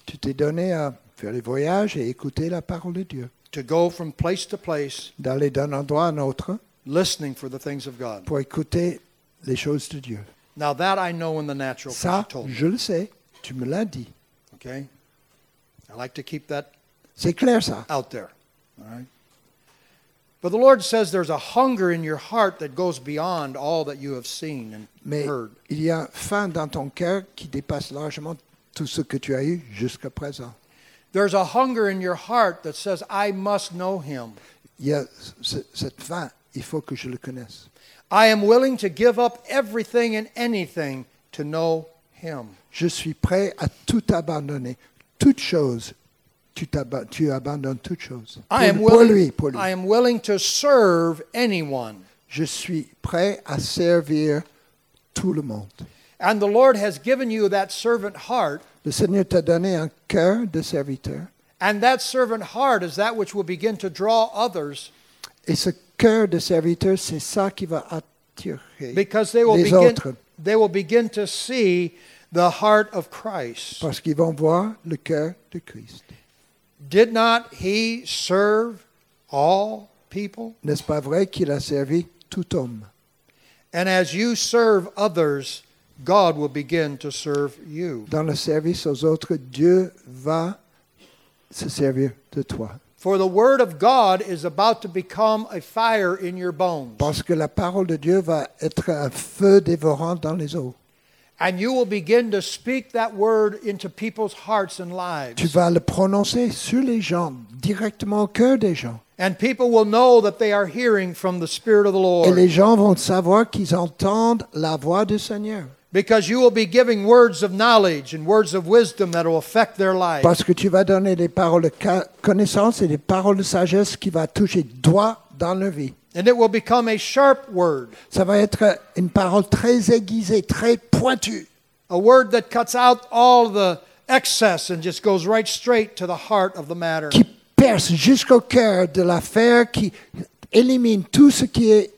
tu t'es donné à faire les voyages et écouter la parole de Dieu. to go from place to place D'aller d'un endroit à un autre. listening for the things of God. pour écouter les choses de Dieu. Now that I know in the natural, 'cause you Ça, told me, je le sais, tu me l'as dit. okay? I like to keep that C'est clair ça. out there, all right? But the Lord says there's a hunger in your heart that goes beyond all that you have seen and Mais heard. il y a faim dans ton cœur qui dépasse largement tout ce que tu as eu jusqu'à présent. There's a hunger in your heart that says, I must know him. Il y a ce- cette faim, il faut que je le connaisse. I am willing to give up everything and anything to know him. Je suis prêt à tout abandonner, toute chose. Tu, t'aba- tu abandonnes toute chose. Pour, I am pour willing, lui, pour lui. I am willing to serve anyone. Je suis prêt à servir tout le monde. And the Lord has given you that servant heart, Le Seigneur t'a donné un cœur de serviteur. and that servant heart is that which will begin to draw others Et ce cœur de serviteur, c'est ça qui va attirer because they will les begin autres. they will begin to see the heart of Christ. Parce qu'ils vont voir le cœur de Christ. Did not he serve all people? N'est-ce pas vrai qu'il a servi tout homme And as you serve others, God will begin to serve you. Dans le service aux autres, Dieu va se servir de toi. For the word of God is about to become a fire in your bones. Parce que la parole de Dieu va être un feu dévorant dans les eaux. And you will begin to speak that word into people's hearts and Tu lives. vas le prononcer sur les gens, directement au cœur des gens. And people will know that they are hearing from the Spirit of the Et les Lord. gens vont savoir qu'ils entendent la voix du Seigneur. Because you will be giving words of knowledge and words of wisdom that will affect their life. Parce que tu vas donner des paroles de ca- connaissance et des paroles de sagesse qui va toucher droit dans leur vie. And it will become a sharp word, Ça va être une parole très aiguisée, très pointue. a word that cuts out all the excess and just goes right straight to the heart of the matter. qui perce jusqu'au cœur de l'affaire, qui élimine tout ce qui est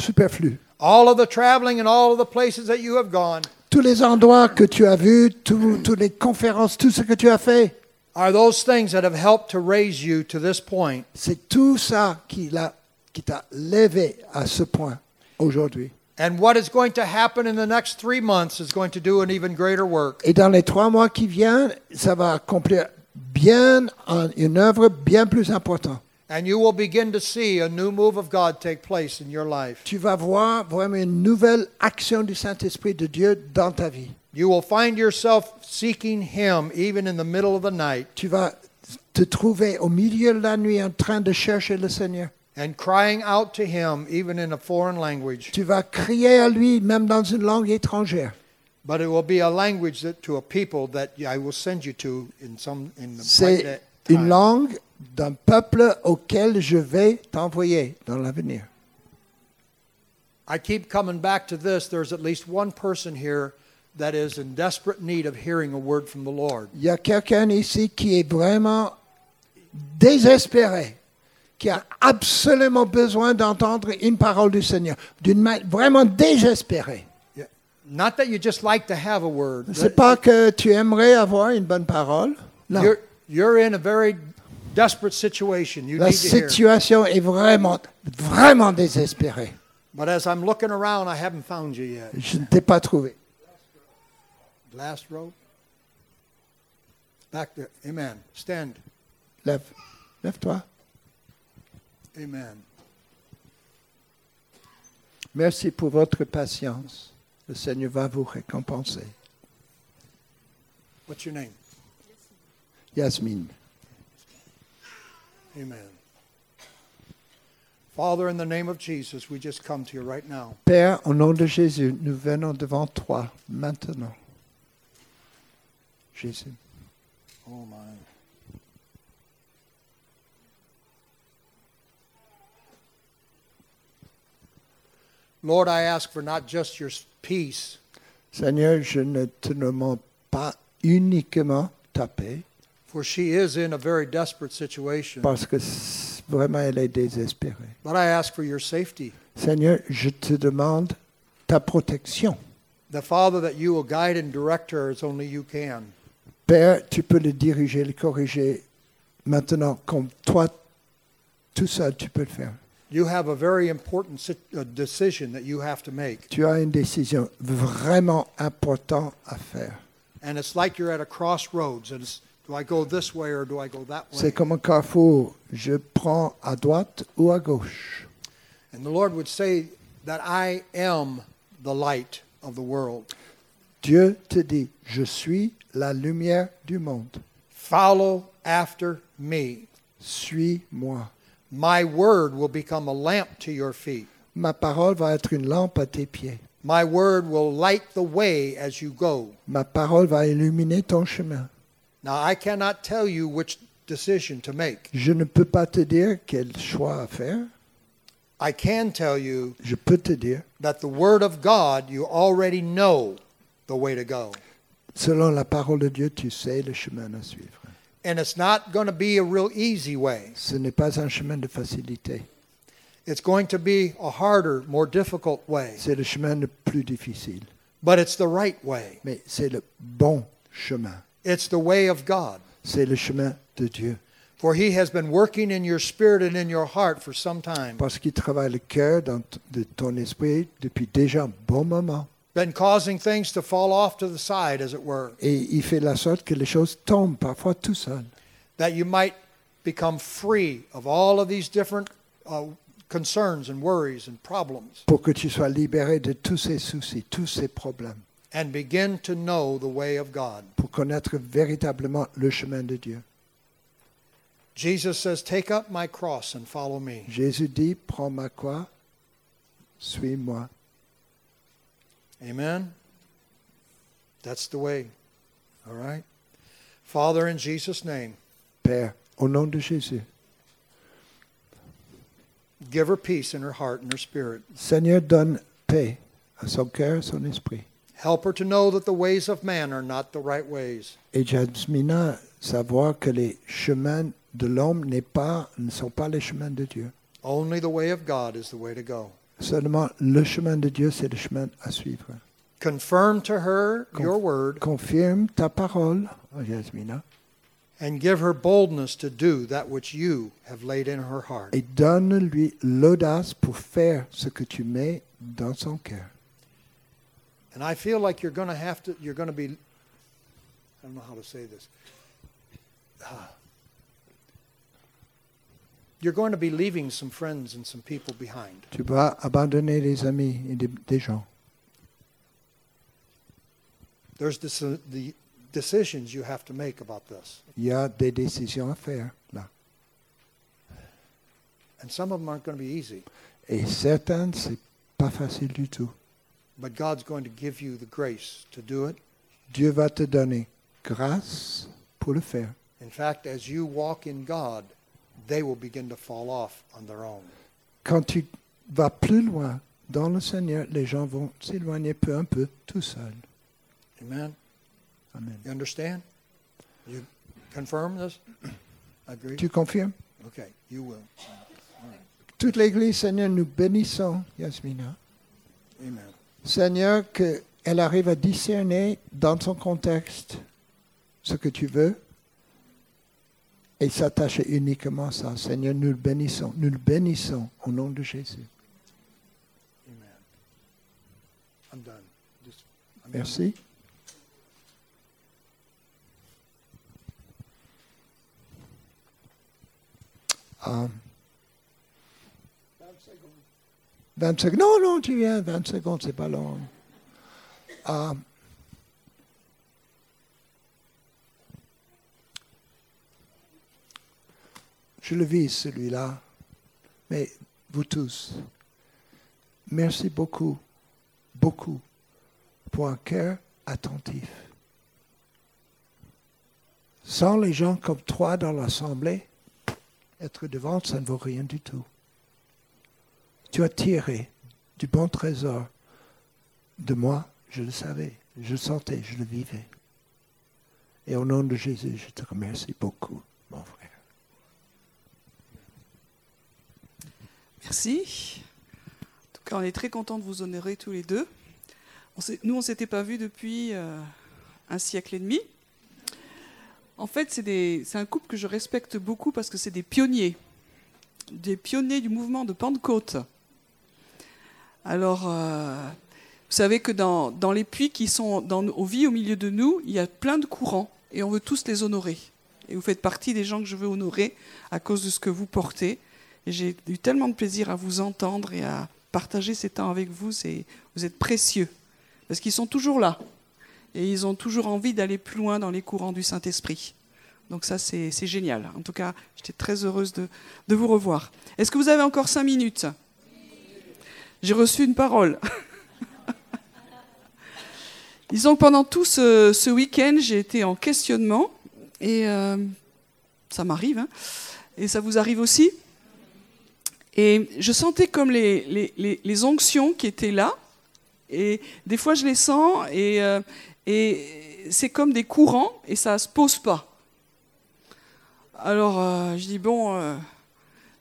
superflu. All of the traveling and all of the places that you have gone, Tous les endroits que tu as vus, tout- toutes les conférences, tout ce que tu as fait, are those things that have helped to raise you to this point. c'est tout ça qui l'a- qui t'a levé à ce point aujourd'hui. And what is going to happen in the next three months is going to do an even greater work. Et dans les trois mois qui viennent, ça va accomplir bien bien en- une œuvre bien plus importante. And you will begin to see a new move of God take place in your life. Tu vas voir vraiment une nouvelle action du Saint-Esprit de Dieu dans ta vie. You will find yourself seeking Him even in the middle of the night Tu vas te trouver au milieu de la nuit en train de chercher le Seigneur. and crying out to Him even in a foreign language. Tu vas crier à lui même dans une langue étrangère. But it will be a language that, to a people that I will send you to in some in the right C'est that une time. langue d'un peuple auquel je vais t'envoyer dans l'avenir. I keep coming back to this. There's at least one person here that is in desperate need of hearing a word from the Lord. Il y a quelqu'un ici qui est vraiment désespéré, qui a absolument besoin d'entendre une parole du Seigneur, d'une ma- vraiment désespéré. Yeah. Not that you just like to have a word. C'est pas que tu aimerais avoir une bonne parole. Non. You're, you're in a very desperate situation. You La need to hear. situation est vraiment, vraiment désespérée. But as I'm looking around, I haven't found you yet. Je ne t'ai pas trouvé. Last row. Back there. Amen. Stand. Lève, lève-toi. Amen. Merci pour votre patience. Le Seigneur va vous récompenser. What's your name? Yasmine. Amen. Father, in the name of Jesus, we just come to you right now. Père, au nom de Jésus, nous venons devant toi maintenant. Jésus. Oh, my. Lord, I ask for not just your peace, Seigneur, je ne te demande pas uniquement ta paix, for she is in a very desperate situation, parce que c- vraiment elle est désespérée. but I ask for your safety. Seigneur, je te demande ta protection. The Father, that you will guide and direct her as only you can. Père, tu peux le diriger, le corriger maintenant, comme toi, tout seul, tu peux le faire. You have a very important si- uh, decision that you have to make. Tu as une décision vraiment importante à faire. And it's like you're at a crossroads. And it's, do I go this way or do I go that way? C'est comme un carrefour. Je prends à droite ou à gauche. And the Lord would say that I am the light of the world. Dieu te dit, je suis la lumière du monde. Follow after me. Suis-moi. My word will become a lamp to your feet. Ma parole va être une lampe à tes pieds. My word will light the way as you go. Ma parole va illuminer ton chemin. Now, I cannot tell you which decision to make. Je ne peux pas te dire quel choix à faire. I can tell you Je peux te dire, that the word of God, you already know the way to go. selon la parole de Dieu, tu sais le chemin à suivre. And it's not going to be a real easy way. Ce n'est pas un chemin de facilité. It's going to be a harder, more difficult way, C'est le chemin le plus difficile. but it's the right way. Mais c'est le bon chemin. It's the way of God. C'est le chemin de Dieu. For he has been working in your spirit and in your heart for some time, Parce qu'il travaille le cœur dans t- de ton esprit depuis déjà un bon moment. been causing things to fall off to the side, as it were, Et il fait la sorte que les choses tombent parfois tout seul. that you might become free of all of these different uh, concerns and worries and problems Pour que tu sois libéré de tous ces soucis, tous ces problèmes. and begin to know the way of God. Pour connaître véritablement le chemin de Dieu. Jesus says, Take up my cross and follow me. Jésus dit, prends ma croix, suis-moi. Amen? That's the way. All right? Father, in Jesus' name, Père, au nom de Jésus. give her peace in her heart and her spirit. Seigneur, donne paix à son cœur, à son esprit. Help her to know that the ways of man are not the right ways. Et Jasmina, savoir que les chemins de l'homme n'est pas, ne sont pas les chemins de Dieu. Only the way of God is the way to go. Seulement le chemin de Dieu, c'est le chemin à suivre. Confirm to her Conf- your word Confirme ta parole, oh, Jasmina, and give her boldness to do that which you have laid in her heart. et donne-lui l'audace pour faire ce que tu mets dans son cœur. And I feel like you're going to have to, you're going to be, I don't know how to say this. Ah, you're going to be leaving some friends and some people behind. Tu vas abandonner des amis et des, des gens. There's this, uh, the decisions you have to make about this. Il y a des décisions à faire là. And some of them aren't going to be easy, Et certaines, c'est pas facile du tout. but God's going to give you the grace to do it. Dieu va te donner grâce pour le faire. In fact, as you walk in God, they will begin to fall off on their own. Quand tu vas plus loin dans le Seigneur, les gens vont s'éloigner peu à peu tout seuls. Amen. Amen. You understand? You confirm this? Agree? Tu confirmes Okay, you will. Toute l'Église, Seigneur, nous bénissons, Yasmina. Amen. Seigneur, qu'elle arrive à discerner dans son contexte ce que tu veux et s'attacher uniquement à ça. Seigneur, nous le bénissons. Nous le bénissons au nom de Jésus. Amen. I'm done. Just, I'm done. Merci. Euh, 20 secondes. Non, non, tu viens, 20 secondes, c'est pas long. Euh, je le vis, celui-là, mais vous tous, merci beaucoup, beaucoup pour un cœur attentif. Sans les gens comme toi dans l'assemblée, être devant, ça ne vaut rien du tout. Tu as tiré du bon trésor de moi, je le savais, je le sentais, je le vivais. Et au nom de Jésus, je te remercie beaucoup, mon frère. Merci. En tout cas, on est très content de vous honorer tous les deux. On s'est- nous, on ne s'était pas vus depuis euh, un siècle et demi. En fait, c'est des- c'est un couple que je respecte beaucoup parce que c'est des pionniers, des pionniers du mouvement de Pentecôte. Alors, euh, vous savez que dans, dans les puits qui sont dans, aux vies au milieu de nous, il y a plein de courants et on veut tous les honorer. Et vous faites partie des gens que je veux honorer à cause de ce que vous portez. Et J'ai eu tellement de plaisir à vous entendre et à partager ces temps avec vous. C'est- Vous êtes précieux. Parce qu'ils sont toujours là. Et ils ont toujours envie d'aller plus loin dans les courants du Saint-Esprit. Donc ça, c'est c'est génial. En tout cas, j'étais très heureuse de, de vous revoir. Est-ce que vous avez encore cinq minutes J'ai reçu une parole. Disons que pendant tout ce, ce week-end, j'ai été en questionnement. Et euh, ça m'arrive. hein. Et ça vous arrive aussi et je sentais comme les, les- les- les onctions qui étaient là. Et des fois, je les sens et, euh, et c'est comme des courants et ça se pose pas. Alors, euh, je dis, bon, euh,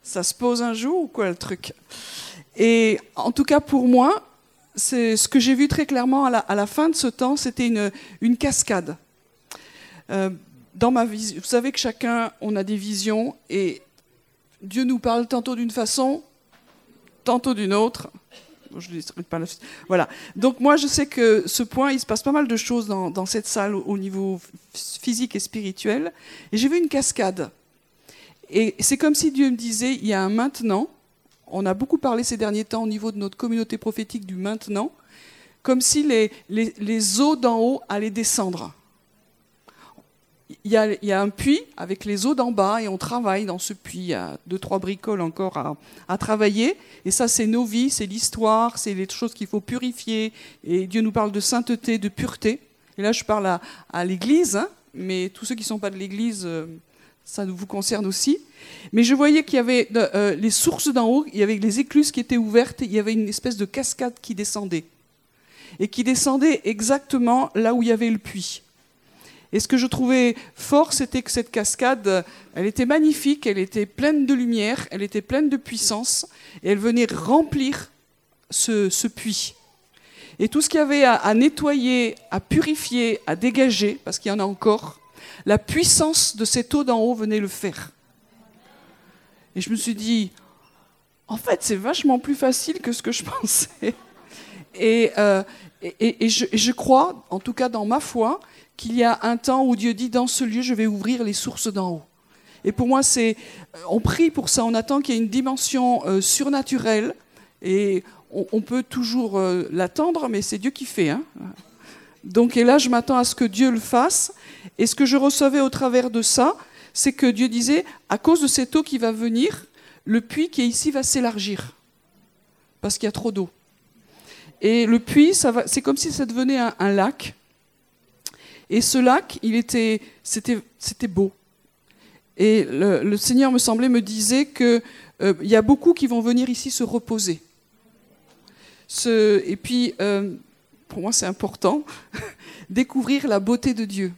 ça se pose un jour ou quoi le truc Et en tout cas, pour moi, c'est ce que j'ai vu très clairement à la, à la fin de ce temps, c'était une, une cascade. Euh, dans ma vision, vous savez que chacun, on a des visions et Dieu nous parle tantôt d'une façon, tantôt d'une autre. Bon, Je ne dirai pas la suite. Voilà. Donc moi, je sais que ce point, il se passe pas mal de choses dans, dans cette salle au- au niveau f- physique et spirituel. Et j'ai vu une cascade. Et c'est comme si Dieu me disait, il y a un maintenant. On a beaucoup parlé ces derniers temps au niveau de notre communauté prophétique du maintenant, comme si les, les, les eaux d'en haut allaient descendre. Il y, a, il y a un puits avec les eaux d'en bas et on travaille dans ce puits. Il y a deux, trois bricoles encore à, à travailler. Et ça, c'est nos vies, c'est l'histoire, c'est les choses qu'il faut purifier. Et Dieu nous parle de sainteté, de pureté. Et là, je parle à, à l'Église, hein, mais tous ceux qui ne sont pas de l'Église, euh, ça vous concerne aussi. Mais je voyais qu'il y avait de- euh, les sources d'en haut, il y avait les écluses qui étaient ouvertes, et il y avait une espèce de cascade qui descendait. Et qui descendait exactement là où il y avait le puits. Et ce que je trouvais fort, c'était que cette cascade, euh, elle était magnifique, elle était pleine de lumière, elle était pleine de puissance, et elle venait remplir ce, ce puits. Et tout ce qu'il y avait à, à nettoyer, à purifier, à dégager, parce qu'il y en a encore, la puissance de cette eau d'en haut venait le faire. Et je me suis dit, en fait, c'est vachement plus facile que ce que je pensais. Et, euh, et- et- et je, et je crois, en tout cas dans ma foi, qu'il y a un temps où Dieu dit dans ce lieu, je vais ouvrir les sources d'en haut. Et pour moi, c'est, euh, on prie pour ça, on attend qu'il y ait une dimension euh, surnaturelle. Et on, on peut toujours euh, l'attendre, mais c'est Dieu qui fait. Hein. Donc, et là, je m'attends à ce que Dieu le fasse. Et ce que je recevais au travers de ça, c'est que Dieu disait, à cause de cette eau qui va venir, le puits qui est ici va s'élargir. Parce qu'il y a trop d'eau. Et le puits, ça va, c'est comme si ça devenait un, un lac. Et ce lac, il était, c'était, c'était beau. Et le, le Seigneur me semblait me disait que euh, il y a beaucoup qui vont venir ici se reposer. Ce, et puis, euh, pour moi, c'est important, découvrir la beauté de Dieu.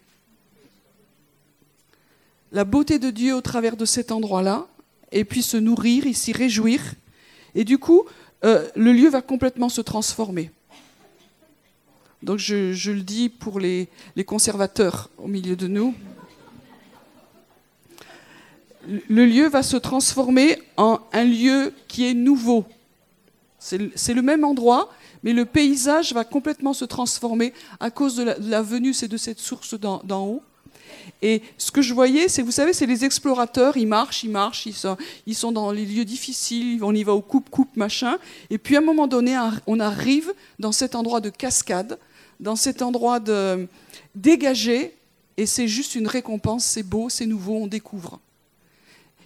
La beauté de Dieu au travers de cet endroit-là, et puis se nourrir, et s'y réjouir. Et du coup, euh, le lieu va complètement se transformer. Donc je, je le dis pour les, les, conservateurs au milieu de nous. Le lieu va se transformer en un lieu qui est nouveau. C'est le même endroit, mais le paysage va complètement se transformer à cause de la, de la venue, c'est de cette source d'en haut. Et ce que je voyais, c'est, vous savez, c'est les explorateurs, ils marchent, ils marchent, ils sont, ils sont, dans les lieux difficiles, on y va au coupe-coupe, machin. Et puis à un moment donné, on arrive dans cet endroit de cascade, dans cet endroit de dégagé, et c'est juste une récompense, c'est beau, c'est nouveau, on découvre.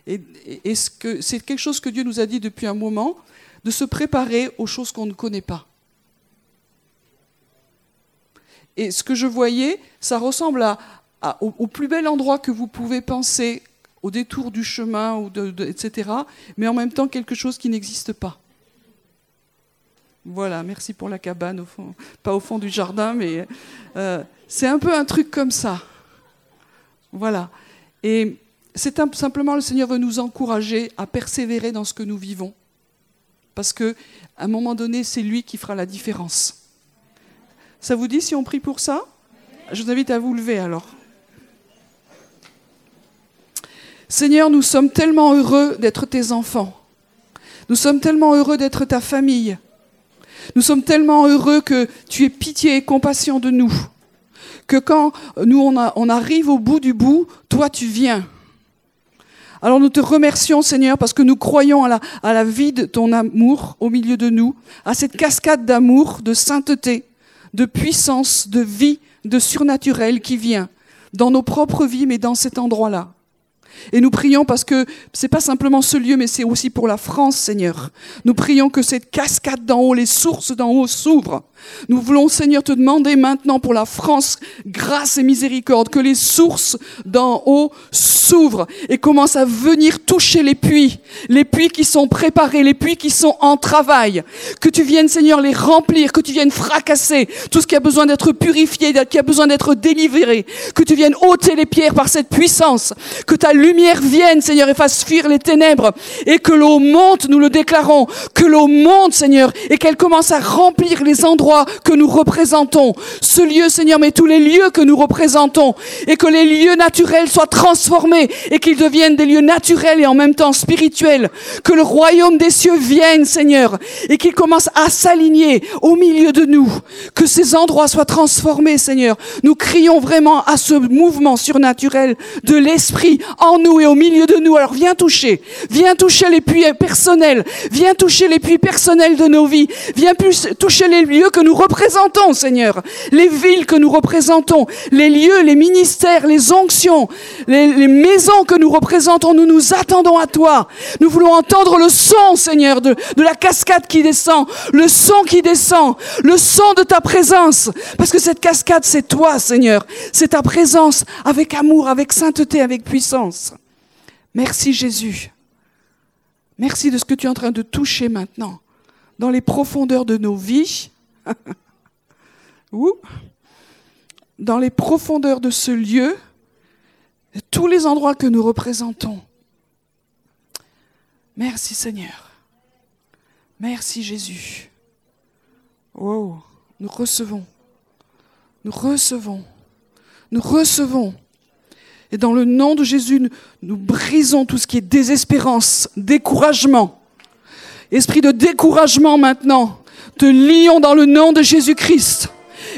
Et, et c'est ce que, quelque chose que Dieu nous a dit depuis un moment, de se préparer aux choses qu'on ne connaît pas. Et ce que je voyais, ça ressemble à, à, au, au, plus bel endroit que vous pouvez penser, au détour du chemin, ou de, de, etc., mais en même temps quelque chose qui n'existe pas. Voilà, merci pour la cabane, au fond, pas au fond du jardin, mais euh, c'est un peu un truc comme ça. Voilà. Et c'est simplement le Seigneur veut nous encourager à persévérer dans ce que nous vivons. Parce que, à un moment donné, c'est lui qui fera la différence. Ça vous dit si on prie pour ça Je vous invite à vous lever alors. Seigneur, nous sommes tellement heureux d'être tes enfants. Nous sommes tellement heureux d'être ta famille. Nous sommes tellement heureux que tu aies pitié et compassion de nous. Que quand nous on, a, on, arrive au bout du bout, toi tu viens. Alors nous te remercions Seigneur parce que nous croyons à la, à la vie de ton amour au milieu de nous, à cette cascade d'amour, de sainteté, de puissance, de vie, de surnaturel qui vient dans nos propres vies mais dans cet endroit-là. Et nous prions parce que c'est pas simplement ce lieu, mais c'est aussi pour la France, Seigneur. Nous prions que cette cascade d'en haut, les sources d'en haut s'ouvrent. Nous voulons, Seigneur, te demander maintenant pour la France, grâce et miséricorde, que les sources d'en haut s'ouvrent et commencent à venir toucher les puits, les puits qui sont préparés, les puits qui sont en travail. Que tu viennes, Seigneur, les remplir, que tu viennes fracasser tout ce qui a besoin d'être purifié, qui a besoin d'être délivré, que tu viennes ôter les pierres par cette puissance, que ta lumière vienne, Seigneur, et fasse fuir les ténèbres, et que l'eau monte, nous le déclarons, que l'eau monte, Seigneur, et qu'elle commence à remplir les endroits que nous représentons, ce lieu, Seigneur, mais tous les lieux que nous représentons, et que les lieux naturels soient transformés, et qu'ils deviennent des lieux naturels et en même temps spirituels, que le royaume des cieux vienne, Seigneur, et qu'il commence à s'aligner au milieu de nous, que ces endroits soient transformés, Seigneur. Nous crions vraiment à ce mouvement surnaturel de l'Esprit en nous et au milieu de nous. Alors viens toucher, viens toucher les puits personnels, viens toucher les puits personnels de nos vies, viens plus toucher les lieux que nous représentons, Seigneur, les villes que nous représentons, les lieux, les ministères, les onctions, les, les maisons que nous représentons. Nous nous attendons à toi. Nous voulons entendre le son, Seigneur, de, de la cascade qui descend, le son qui descend, le son de ta présence, parce que cette cascade, c'est toi, Seigneur, c'est ta présence avec amour, avec sainteté, avec puissance. Merci Jésus. Merci de ce que tu es en train de toucher maintenant dans les profondeurs de nos vies, ou dans les profondeurs de ce lieu, tous les endroits que nous représentons. Merci Seigneur. Merci Jésus. Wow, nous recevons. Nous recevons. Nous recevons. Et dans le nom de Jésus, nous, nous, brisons tout ce qui est désespérance, découragement. Esprit de découragement maintenant, te lions dans le nom de Jésus-Christ.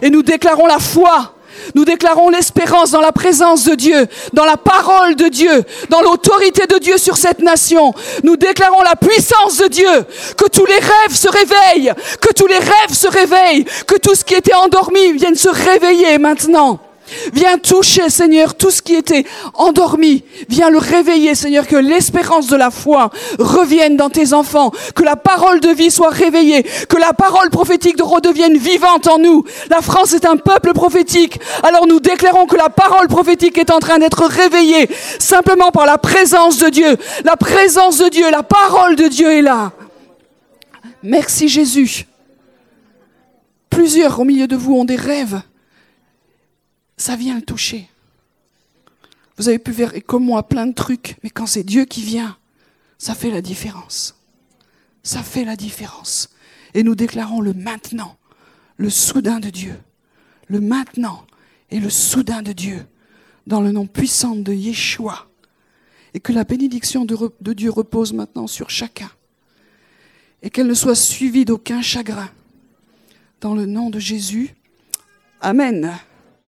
Et nous déclarons la foi. Nous déclarons l'espérance dans la présence de Dieu, dans la parole de Dieu, dans l'autorité de Dieu sur cette nation. Nous déclarons la puissance de Dieu, que tous les rêves se réveillent, que tous les rêves se réveillent, que tout ce qui était endormi vienne se réveiller maintenant. Viens toucher, Seigneur, tout ce qui était endormi. Viens le réveiller, Seigneur, que l'espérance de la foi revienne dans tes enfants, que la parole de vie soit réveillée, que la parole prophétique de redevienne vivante en nous. La France est un peuple prophétique. Alors nous déclarons que la parole prophétique est en train d'être réveillée simplement par la présence de Dieu. La présence de Dieu, la parole de Dieu est là. Merci Jésus. Plusieurs au milieu de vous ont des rêves ça vient le toucher. Vous avez pu faire, comme moi, plein de trucs, mais quand c'est Dieu qui vient, ça fait la différence. Ça fait la différence. Et nous déclarons le maintenant, le soudain de Dieu. Le maintenant et le soudain de Dieu, dans le nom puissant de Yeshua. Et que la bénédiction de, de Dieu repose maintenant sur chacun. Et qu'elle ne soit suivie d'aucun chagrin. Dans le nom de Jésus. Amen.